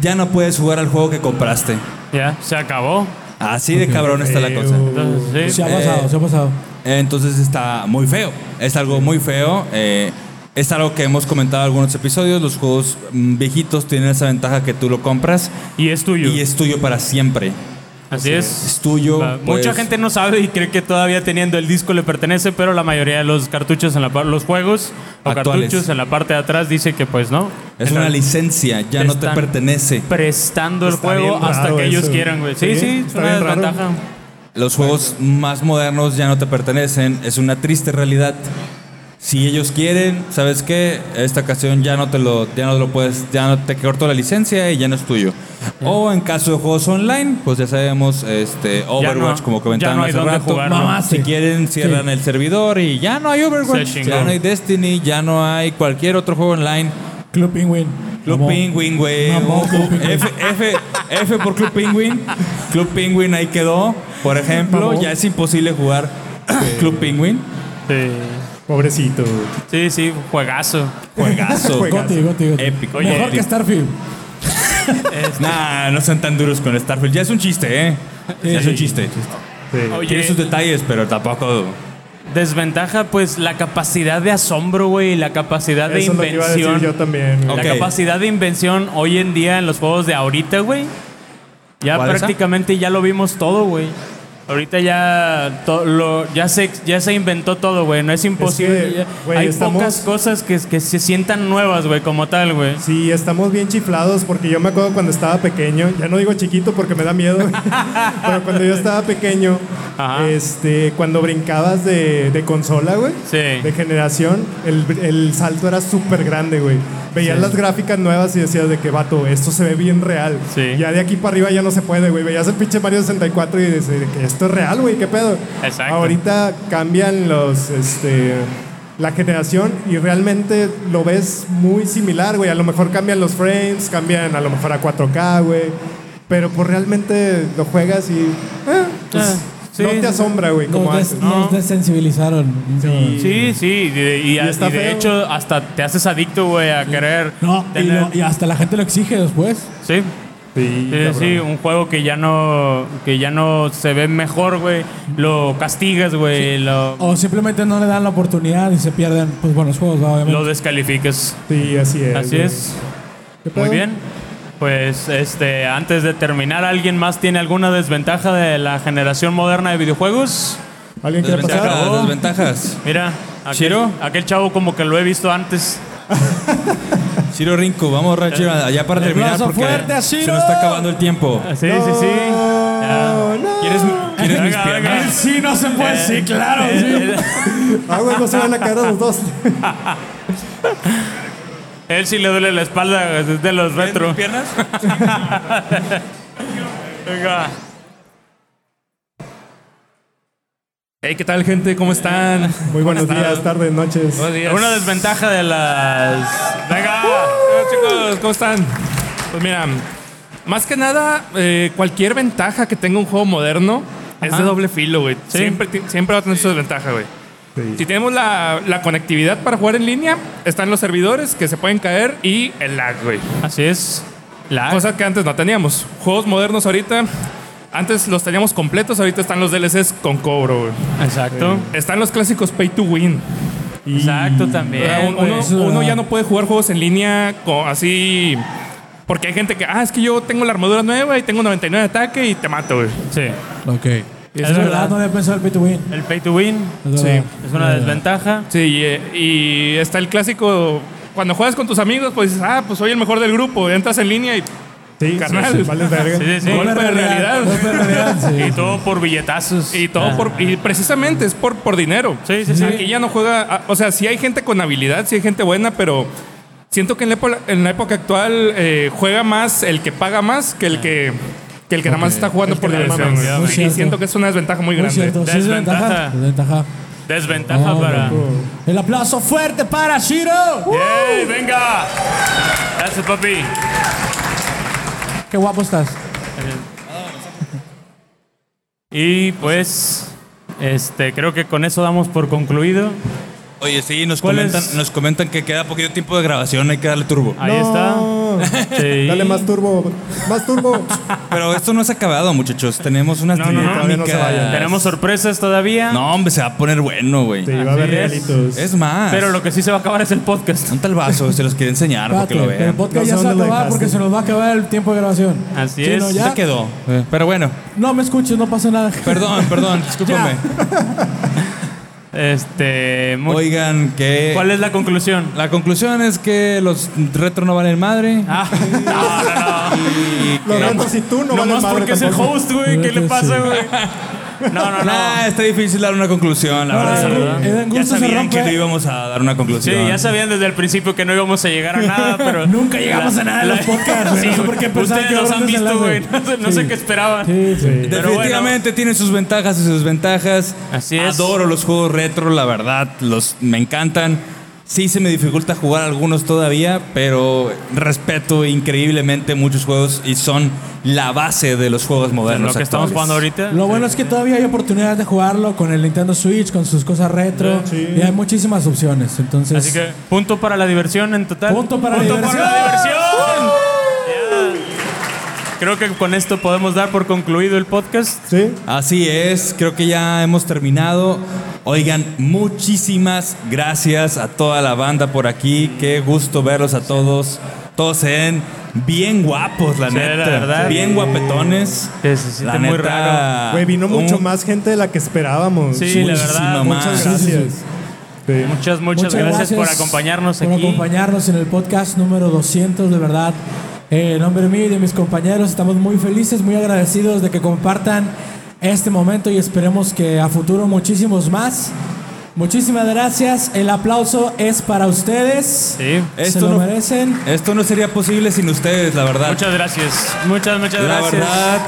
Speaker 3: ya no puedes jugar al juego que compraste.
Speaker 6: Ya, se acabó.
Speaker 3: Así de cabrón está la cosa.
Speaker 5: Uh,
Speaker 3: Eh,
Speaker 6: Entonces, sí.
Speaker 4: Se ha pasado, se ha pasado.
Speaker 3: Entonces está muy feo. Es algo muy feo. eh, es algo que hemos comentado en algunos episodios. Los juegos mm, viejitos tienen esa ventaja que tú lo compras
Speaker 6: Y es tuyo.
Speaker 3: y es tuyo para siempre.
Speaker 6: Así es.
Speaker 3: Es tuyo.
Speaker 6: Va,
Speaker 3: pues,
Speaker 6: Mucha gente no sabe y cree que todavía teniendo el disco le pertenece, pero la mayoría de los cartuchos en la par- los juegos o
Speaker 3: Actuales.
Speaker 6: cartuchos en la parte de atrás dice que pues no.
Speaker 3: Es
Speaker 6: En
Speaker 3: una
Speaker 6: la-
Speaker 3: licencia, ya
Speaker 6: te
Speaker 3: no te
Speaker 6: están-
Speaker 3: pertenece.
Speaker 6: prestando el
Speaker 5: Está
Speaker 6: juego
Speaker 5: bien raro
Speaker 6: hasta que ellos
Speaker 5: eso,
Speaker 6: quieran, güey. Sí,
Speaker 5: güey.
Speaker 6: sí, es
Speaker 5: Está
Speaker 6: una
Speaker 5: bien raro.
Speaker 6: desventaja.
Speaker 3: Los juegos más modernos ya no te pertenecen. Es una triste realidad. Si ellos quieren, ¿sabes qué? Esta ocasión ya no te lo, ya no lo puedes, ya no te corto la licencia y ya no es tuyo. O en caso de juegos online, pues ya sabemos, este, Overwatch,
Speaker 6: no-
Speaker 3: como comentaban
Speaker 6: ya no hay
Speaker 3: hace
Speaker 6: dónde
Speaker 3: rato.
Speaker 6: jugarlo.
Speaker 3: Si quieren, cierran el servidor y ya no hay
Speaker 6: Se
Speaker 3: Overwatch,
Speaker 6: chingó.
Speaker 3: ya no hay Destiny, ya no hay cualquier otro juego online.
Speaker 4: Club Penguin.
Speaker 3: Club
Speaker 4: Mamón.
Speaker 3: Penguin, güey.
Speaker 4: Mamón,
Speaker 3: Un-
Speaker 4: Club Penguin.
Speaker 3: F, F, F por Club Penguin. Club Penguin ahí quedó. Por ejemplo, ya es imposible jugar Club Penguin.
Speaker 6: Sí.
Speaker 5: Pobrecito, güey.
Speaker 6: Sí, sí, juegazo.
Speaker 3: Juegazo.
Speaker 4: Goti, Goti, Goti.
Speaker 3: Épico.
Speaker 6: Oye,
Speaker 4: Mejor que Starfield.
Speaker 3: Nah, no sean tan duros con Starfield. Ya es un chiste, ¿eh? Ya es un chiste. Tiene
Speaker 6: Oye,
Speaker 3: sus detalles, pero tampoco.
Speaker 6: desventaja pues la capacidad de asombro, güey, y la capacidad de
Speaker 5: Eso es lo que iba a decir
Speaker 6: invención.
Speaker 5: yo también. güey.
Speaker 3: Ok.
Speaker 6: La capacidad de invención hoy en día en los juegos de ahorita, güey. Ya
Speaker 3: ¿Cuál es esa?
Speaker 6: prácticamente ya lo vimos todo, güey. Ahorita ya to- lo ya se ya se inventó todo, güey. No es imposible.
Speaker 5: que,
Speaker 6: ya-
Speaker 5: güey,
Speaker 6: Hay
Speaker 5: estamos-
Speaker 6: pocas cosas que, que se sientan nuevas, güey, como tal, güey.
Speaker 5: Sí, estamos bien chiflados porque yo me acuerdo cuando estaba pequeño, ya no digo chiquito porque me da miedo, pero cuando yo estaba pequeño,
Speaker 6: Ajá.
Speaker 5: Este, cuando brincabas de, de consola, güey,
Speaker 6: Sí.
Speaker 5: de generación, el, el salto era súper grande, güey. Veías las gráficas nuevas y decías de que, vato, esto se ve bien real.
Speaker 6: Sí.
Speaker 5: Ya de aquí para arriba ya no se puede, güey. Veías el pinche Mario 64 y decías de que esto es real, güey, qué pedo.
Speaker 6: Exacto.
Speaker 5: Ahorita cambian los, este... La generación y realmente lo ves muy similar, güey. A lo mejor cambian los frames, cambian a lo mejor a 4K, güey. Pero pues realmente lo juegas y... eh, pues, no te asombra, güey, como
Speaker 4: Nos, des-
Speaker 5: antes.
Speaker 4: nos desensibilizaron.
Speaker 6: Sí, sí, y, de- y-
Speaker 5: Y está
Speaker 6: y de
Speaker 5: feo.
Speaker 6: hecho hasta te haces adicto, güey, a querer
Speaker 4: No, y,
Speaker 6: tener...
Speaker 4: lo- y hasta la gente lo exige después.
Speaker 6: Sí. Sí, sí, un juego que ya no que ya no se ve mejor, güey. Lo castigas, güey, lo,
Speaker 4: O simplemente no le dan la oportunidad y se pierden pues buenos juegos, ¿no? obviamente.
Speaker 6: lo descalificas.
Speaker 5: Sí, así es.
Speaker 6: Así
Speaker 5: güey.
Speaker 6: es.
Speaker 5: ¿Qué pedo?
Speaker 6: Muy bien. Pues este, antes de terminar, ¿alguien más tiene alguna desventaja de la generación moderna de videojuegos?
Speaker 5: ¿Alguien quiere
Speaker 3: Desventajas,
Speaker 5: pasar?
Speaker 6: acabó.
Speaker 3: desventajas.
Speaker 6: Mira, aquel,
Speaker 3: ¿Chiro?
Speaker 6: aquel chavo como que lo he visto antes.
Speaker 3: Chiro Rinco, vamos Roger, allá para terminar
Speaker 4: aplauso
Speaker 3: porque
Speaker 4: fuerte a
Speaker 3: se
Speaker 4: Chiro.
Speaker 3: nos está acabando el tiempo.
Speaker 6: Sí, sí, sí.
Speaker 5: No, no.
Speaker 3: ¿Quieres, quieres mis
Speaker 6: Venga,
Speaker 3: piernas?
Speaker 6: venga.
Speaker 4: Sí, no se puede. Pues, Sí,
Speaker 6: Eh,
Speaker 4: claro. sí.
Speaker 5: Ah, güey, no se van a caer a los dos.
Speaker 6: Él sí le duele la espalda es de los retro.
Speaker 3: ¿Mis piernas?
Speaker 6: Venga.
Speaker 3: Hey, ¿qué tal gente? ¿Cómo están?
Speaker 5: Muy buenos días, tardes, noches.
Speaker 3: Buenos días.
Speaker 6: Una desventaja de las. Venga.
Speaker 10: Hola, chicos, ¿cómo están? Pues mira, más que nada, eh, cualquier ventaja que tenga un juego moderno es de doble filo, güey. Siempre, ti- siempre va a tener su desventaja, güey. Si tenemos la, la conectividad para jugar en línea, están los servidores que se pueden caer y el lag, güey.
Speaker 6: Así es.
Speaker 9: Ah.
Speaker 6: La.
Speaker 10: Cosa que antes no teníamos. Juegos modernos ahorita, antes los teníamos completos, ahorita están los DLCs con cobro, güey.
Speaker 6: Exacto.
Speaker 10: Están los clásicos pay to win.
Speaker 6: Exacto
Speaker 10: O sea,
Speaker 6: también.
Speaker 10: un- uno,
Speaker 6: güey.
Speaker 4: eso es
Speaker 10: uno
Speaker 4: verdad.
Speaker 10: ya no puede jugar juegos en línea co- así. Porque hay gente que, ah, es que yo tengo la armadura nueva y tengo 99 de ataque y te mato, güey.
Speaker 6: Sí.
Speaker 4: Ok.
Speaker 6: eh, Es
Speaker 4: Es, verdad,
Speaker 6: verdad.
Speaker 4: no había pensado el pay to win.
Speaker 6: El pay to win
Speaker 4: Es
Speaker 10: Sí.
Speaker 4: verdad.
Speaker 6: es una desventaja.
Speaker 10: Sí, y, eh, y está el clásico. Cuando juegas con tus amigos, pues dices, ah, pues soy el mejor del grupo. Entras en línea y.
Speaker 5: Sí,
Speaker 10: carnal.
Speaker 5: sí, sí, vales verga.
Speaker 6: Sí, sí, sí.
Speaker 10: Golpe de realidad.
Speaker 4: Golpe de realidad, sí.
Speaker 6: Y todo por billetazos. Ah.
Speaker 10: Y todo por. Y precisamente es por, por dinero.
Speaker 6: Sí, sí, sí.
Speaker 10: Aquí ya no juega. ah, O sea, sí hay gente con habilidad, sí hay gente buena, pero. Siento que en la época, en la época actual eh, juega más el que paga más
Speaker 6: Ah.
Speaker 10: que el que, que, el que nada más está jugando
Speaker 5: El que
Speaker 10: por
Speaker 5: la
Speaker 10: diversión.
Speaker 5: mames.
Speaker 10: güey.
Speaker 4: Muy
Speaker 10: Y
Speaker 4: cierto.
Speaker 10: siento que es una desventaja muy
Speaker 4: Muy
Speaker 10: grande.
Speaker 4: cierto. Sí, es ventaja.
Speaker 6: Desventaja.
Speaker 4: Desventaja.
Speaker 6: Desventaja
Speaker 4: No,
Speaker 6: para.
Speaker 4: loco. El aplauso fuerte para Shiro.
Speaker 6: ¡Ey, venga! Gracias, papi.
Speaker 4: Qué guapo estás.
Speaker 6: Y pues, este, creo que con eso damos por concluido.
Speaker 3: Oye, sí, nos
Speaker 6: ¿Cuál
Speaker 3: comentan,
Speaker 6: es? Ah,
Speaker 3: nos comentan que queda poquito tiempo de grabación, hay que darle turbo.
Speaker 6: Ahí
Speaker 5: No.
Speaker 6: está. Sí.
Speaker 5: Dale más turbo, más turbo.
Speaker 3: Pero esto no se ha acabado, muchachos. Tenemos unas
Speaker 6: No, no, no.
Speaker 5: Todavía no se vayan.
Speaker 3: dinámicas.
Speaker 6: Tenemos sorpresas todavía.
Speaker 3: No, hombre, se va a poner bueno, güey.
Speaker 5: Sí, va a haber
Speaker 6: Así es.
Speaker 5: regalitos.
Speaker 3: Es más.
Speaker 6: Pero lo que sí se va a acabar es el podcast.
Speaker 3: Un tal vaso, se los quiero enseñar para que
Speaker 4: Espérate,
Speaker 3: lo
Speaker 4: pero el
Speaker 3: vean.
Speaker 4: podcast
Speaker 5: No sé
Speaker 4: ya se va a
Speaker 5: dónde lo
Speaker 4: acabar
Speaker 5: dejaste.
Speaker 4: porque se nos va a acabar el tiempo de grabación.
Speaker 6: Así
Speaker 4: Sí,
Speaker 6: es.
Speaker 4: no, ya.
Speaker 3: Se quedó. Eh, Pero bueno,
Speaker 4: No me escuches, no pasa nada.
Speaker 3: perdón, perdón, discúlpame.
Speaker 6: Este, mu-
Speaker 3: Oigan, que.
Speaker 6: ¿cuál es la conclusión?
Speaker 3: La conclusión es que los retro no valen madre.
Speaker 6: Ah, no, no, no.
Speaker 3: Y
Speaker 5: Los
Speaker 3: que-
Speaker 5: retos y tú no vales
Speaker 6: Nomás
Speaker 5: madre
Speaker 6: porque es el
Speaker 5: tampoco.
Speaker 6: host, güey. ¿Qué le pasa, güey? No, no, no.
Speaker 3: Nah, está difícil dar una conclusión, la
Speaker 4: Ay,
Speaker 3: verdad.
Speaker 4: el gusto
Speaker 3: ya
Speaker 4: se
Speaker 3: sabían
Speaker 4: rompe.
Speaker 3: que no íbamos a dar una
Speaker 6: Sí,
Speaker 3: conclusión.
Speaker 6: ya sabían desde el principio que no íbamos a llegar a nada, pero.
Speaker 4: Nunca llegamos a nada en los podcasts, güey. No sé por qué pensaban
Speaker 6: Ustedes
Speaker 4: que
Speaker 6: los
Speaker 4: ahora
Speaker 6: han
Speaker 4: nos
Speaker 6: visto, güey.
Speaker 4: enlace.
Speaker 6: No sé, no sé
Speaker 4: Sí.
Speaker 6: qué esperaban.
Speaker 4: Sí, sí.
Speaker 6: Pero
Speaker 3: Definitivamente tiene sus ventajas y sus desventajas.
Speaker 6: Así es.
Speaker 3: Adoro los juegos retro, la verdad, los me encantan. Sí se me dificulta jugar algunos todavía, pero respeto increíblemente muchos juegos y son la base de los juegos
Speaker 6: Bueno,
Speaker 3: modernos.
Speaker 6: lo que estamos
Speaker 3: actuales.
Speaker 6: jugando ahorita.
Speaker 4: Lo bueno es que todavía hay oportunidad de jugarlo con el Nintendo Switch, con sus cosas retro. Y hay muchísimas opciones. Entonces,
Speaker 6: Así que, punto para la diversión en total.
Speaker 4: Punto para la diversión.
Speaker 6: para la diversión. Ya. Creo que con esto podemos dar por concluido el podcast.
Speaker 5: Sí,
Speaker 3: Así es, creo que ya hemos terminado. Oigan, muchísimas gracias a toda la banda por aquí. Qué gusto verlos a todos. Todos se ven bien guapos, la
Speaker 6: Sí,
Speaker 3: neta.
Speaker 6: la verdad.
Speaker 3: Bien guapetones.
Speaker 6: Sí, se siente muy raro.
Speaker 5: güey, vino mucho
Speaker 3: Ah, un-
Speaker 5: más gente de la que esperábamos.
Speaker 6: Sí, la
Speaker 3: muchísima
Speaker 6: verdad.
Speaker 5: Muchas
Speaker 3: más.
Speaker 5: gracias. Sí.
Speaker 6: Muchas, muchas, gracias, por acompañarnos
Speaker 4: por
Speaker 6: aquí.
Speaker 4: acompañarnos en el podcast número 200, de verdad. Eh, En nombre mío y de mis compañeros, estamos muy felices, muy agradecidos de que compartan este momento y esperemos que a futuro muchísimos más. Muchísimas gracias. El aplauso es para ustedes.
Speaker 6: Sí.
Speaker 4: Se
Speaker 3: Esto
Speaker 4: lo
Speaker 3: no-
Speaker 4: merecen.
Speaker 3: Esto no sería posible sin ustedes, la verdad.
Speaker 6: Muchas gracias. Muchas, muchas
Speaker 3: La
Speaker 6: gracias.
Speaker 3: verdad,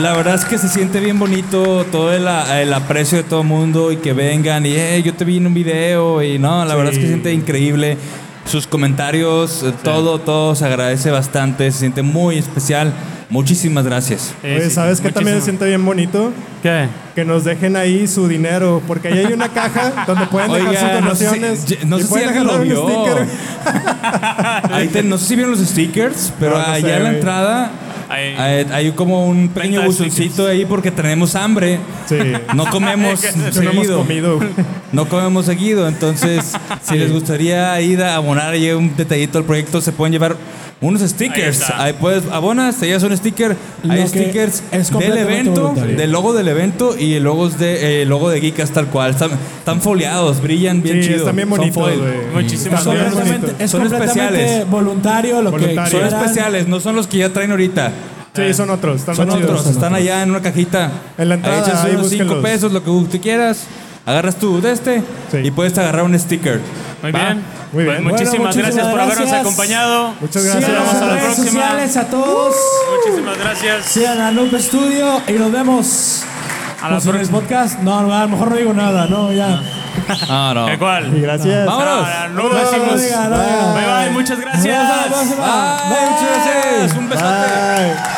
Speaker 3: la verdad es que se siente bien bonito todo el, el aprecio de todo el mundo y que vengan y "Hey, yo te vi en un video y no, la verdad es que se siente increíble. Sus comentarios, eh, todo, todo se agradece bastante, se siente muy especial. Muchísimas gracias.
Speaker 6: Sí,
Speaker 5: Oye,
Speaker 6: sí,
Speaker 5: ¿sabes qué también se
Speaker 6: muchísimo.
Speaker 5: siente bien bonito?
Speaker 6: ¿Qué?
Speaker 5: Que nos dejen ahí su dinero, porque ahí hay una caja donde pueden dejar
Speaker 3: Oiga,
Speaker 5: sus
Speaker 3: no sé si-
Speaker 5: donaciones.
Speaker 3: ye- no
Speaker 5: y
Speaker 3: sé si
Speaker 5: pueden
Speaker 3: alguien lo
Speaker 5: agarrar un
Speaker 3: vio.
Speaker 5: sticker.
Speaker 3: Ahí te- no sé si vieron los stickers, pero
Speaker 5: No, no sé,
Speaker 3: allá en la
Speaker 5: güey.
Speaker 3: entrada
Speaker 6: Ahí.
Speaker 3: eh, hay como un pequeño
Speaker 6: Venta de
Speaker 3: buzoncito ahí porque tenemos hambre.
Speaker 5: Sí.
Speaker 3: No comemos
Speaker 5: No hemos
Speaker 3: seguido.
Speaker 5: comido.
Speaker 3: No comemos seguido, entonces si les gustaría ir a abonar y un detallito al proyecto, se pueden llevar unos stickers.
Speaker 6: está.
Speaker 3: Ahí, puedes abonas, te llevas un sticker,
Speaker 4: Lo
Speaker 3: hay
Speaker 4: que
Speaker 3: stickers
Speaker 4: es
Speaker 3: del
Speaker 4: completamente
Speaker 3: evento,
Speaker 4: voluntario.
Speaker 3: del logo del evento y el logo de eh, el logo de Geekas tal cual. Están, están foliados, brillan bien
Speaker 5: Sí,
Speaker 3: chido.
Speaker 5: están bien
Speaker 3: Son
Speaker 5: bonitos,
Speaker 3: foil.
Speaker 5: güey.
Speaker 6: Muchísimas
Speaker 5: Está bien
Speaker 6: gracias.
Speaker 5: bonito.
Speaker 4: Completamente- es
Speaker 3: Son
Speaker 4: completamente
Speaker 3: especiales.
Speaker 4: voluntario lo
Speaker 5: Voluntario.
Speaker 4: que
Speaker 3: Son
Speaker 5: Eran-
Speaker 4: quieran.
Speaker 3: especiales, no son los que ya traen ahorita.
Speaker 5: Sí, son otros. Están
Speaker 3: Ah. Son
Speaker 5: más chidos.
Speaker 3: otros, están allá en una cajita.
Speaker 5: En la entrada,
Speaker 3: Ahí echas
Speaker 5: ahí
Speaker 3: unos 5
Speaker 5: búsquenlos.
Speaker 3: pesos, lo que tú quieras. Agarras tú de este
Speaker 5: Sí.
Speaker 3: y puedes agarrar un sticker.
Speaker 6: Muy
Speaker 3: ¿va?
Speaker 6: bien.
Speaker 5: Muy bien.
Speaker 6: Pues muchísimas,
Speaker 4: Bueno, muchísimas
Speaker 6: gracias por habernos
Speaker 4: gracias.
Speaker 6: acompañado.
Speaker 5: Muchas
Speaker 4: Síganos
Speaker 5: gracias.
Speaker 4: en
Speaker 6: Vamos a la
Speaker 4: redes
Speaker 6: próxima.
Speaker 4: sociales a todos.
Speaker 6: Muchísimas gracias.
Speaker 4: Sigan a Noob Studio y nos vemos.
Speaker 6: A la
Speaker 4: Pues en el
Speaker 6: próxima.
Speaker 4: podcast. No, no, a lo mejor no digo nada. No, ya.
Speaker 3: Ah, no.
Speaker 6: ¿De cuál?
Speaker 5: Y gracias.
Speaker 3: Vámonos.
Speaker 6: Ah, no lo
Speaker 4: No
Speaker 6: decimos.
Speaker 4: diga, no diga.
Speaker 6: Bye bye,
Speaker 4: Nos
Speaker 6: muchas
Speaker 4: vemos
Speaker 6: gracias.
Speaker 4: a la próxima.
Speaker 3: Bye, muchas gracias. Un besote.
Speaker 5: Bye.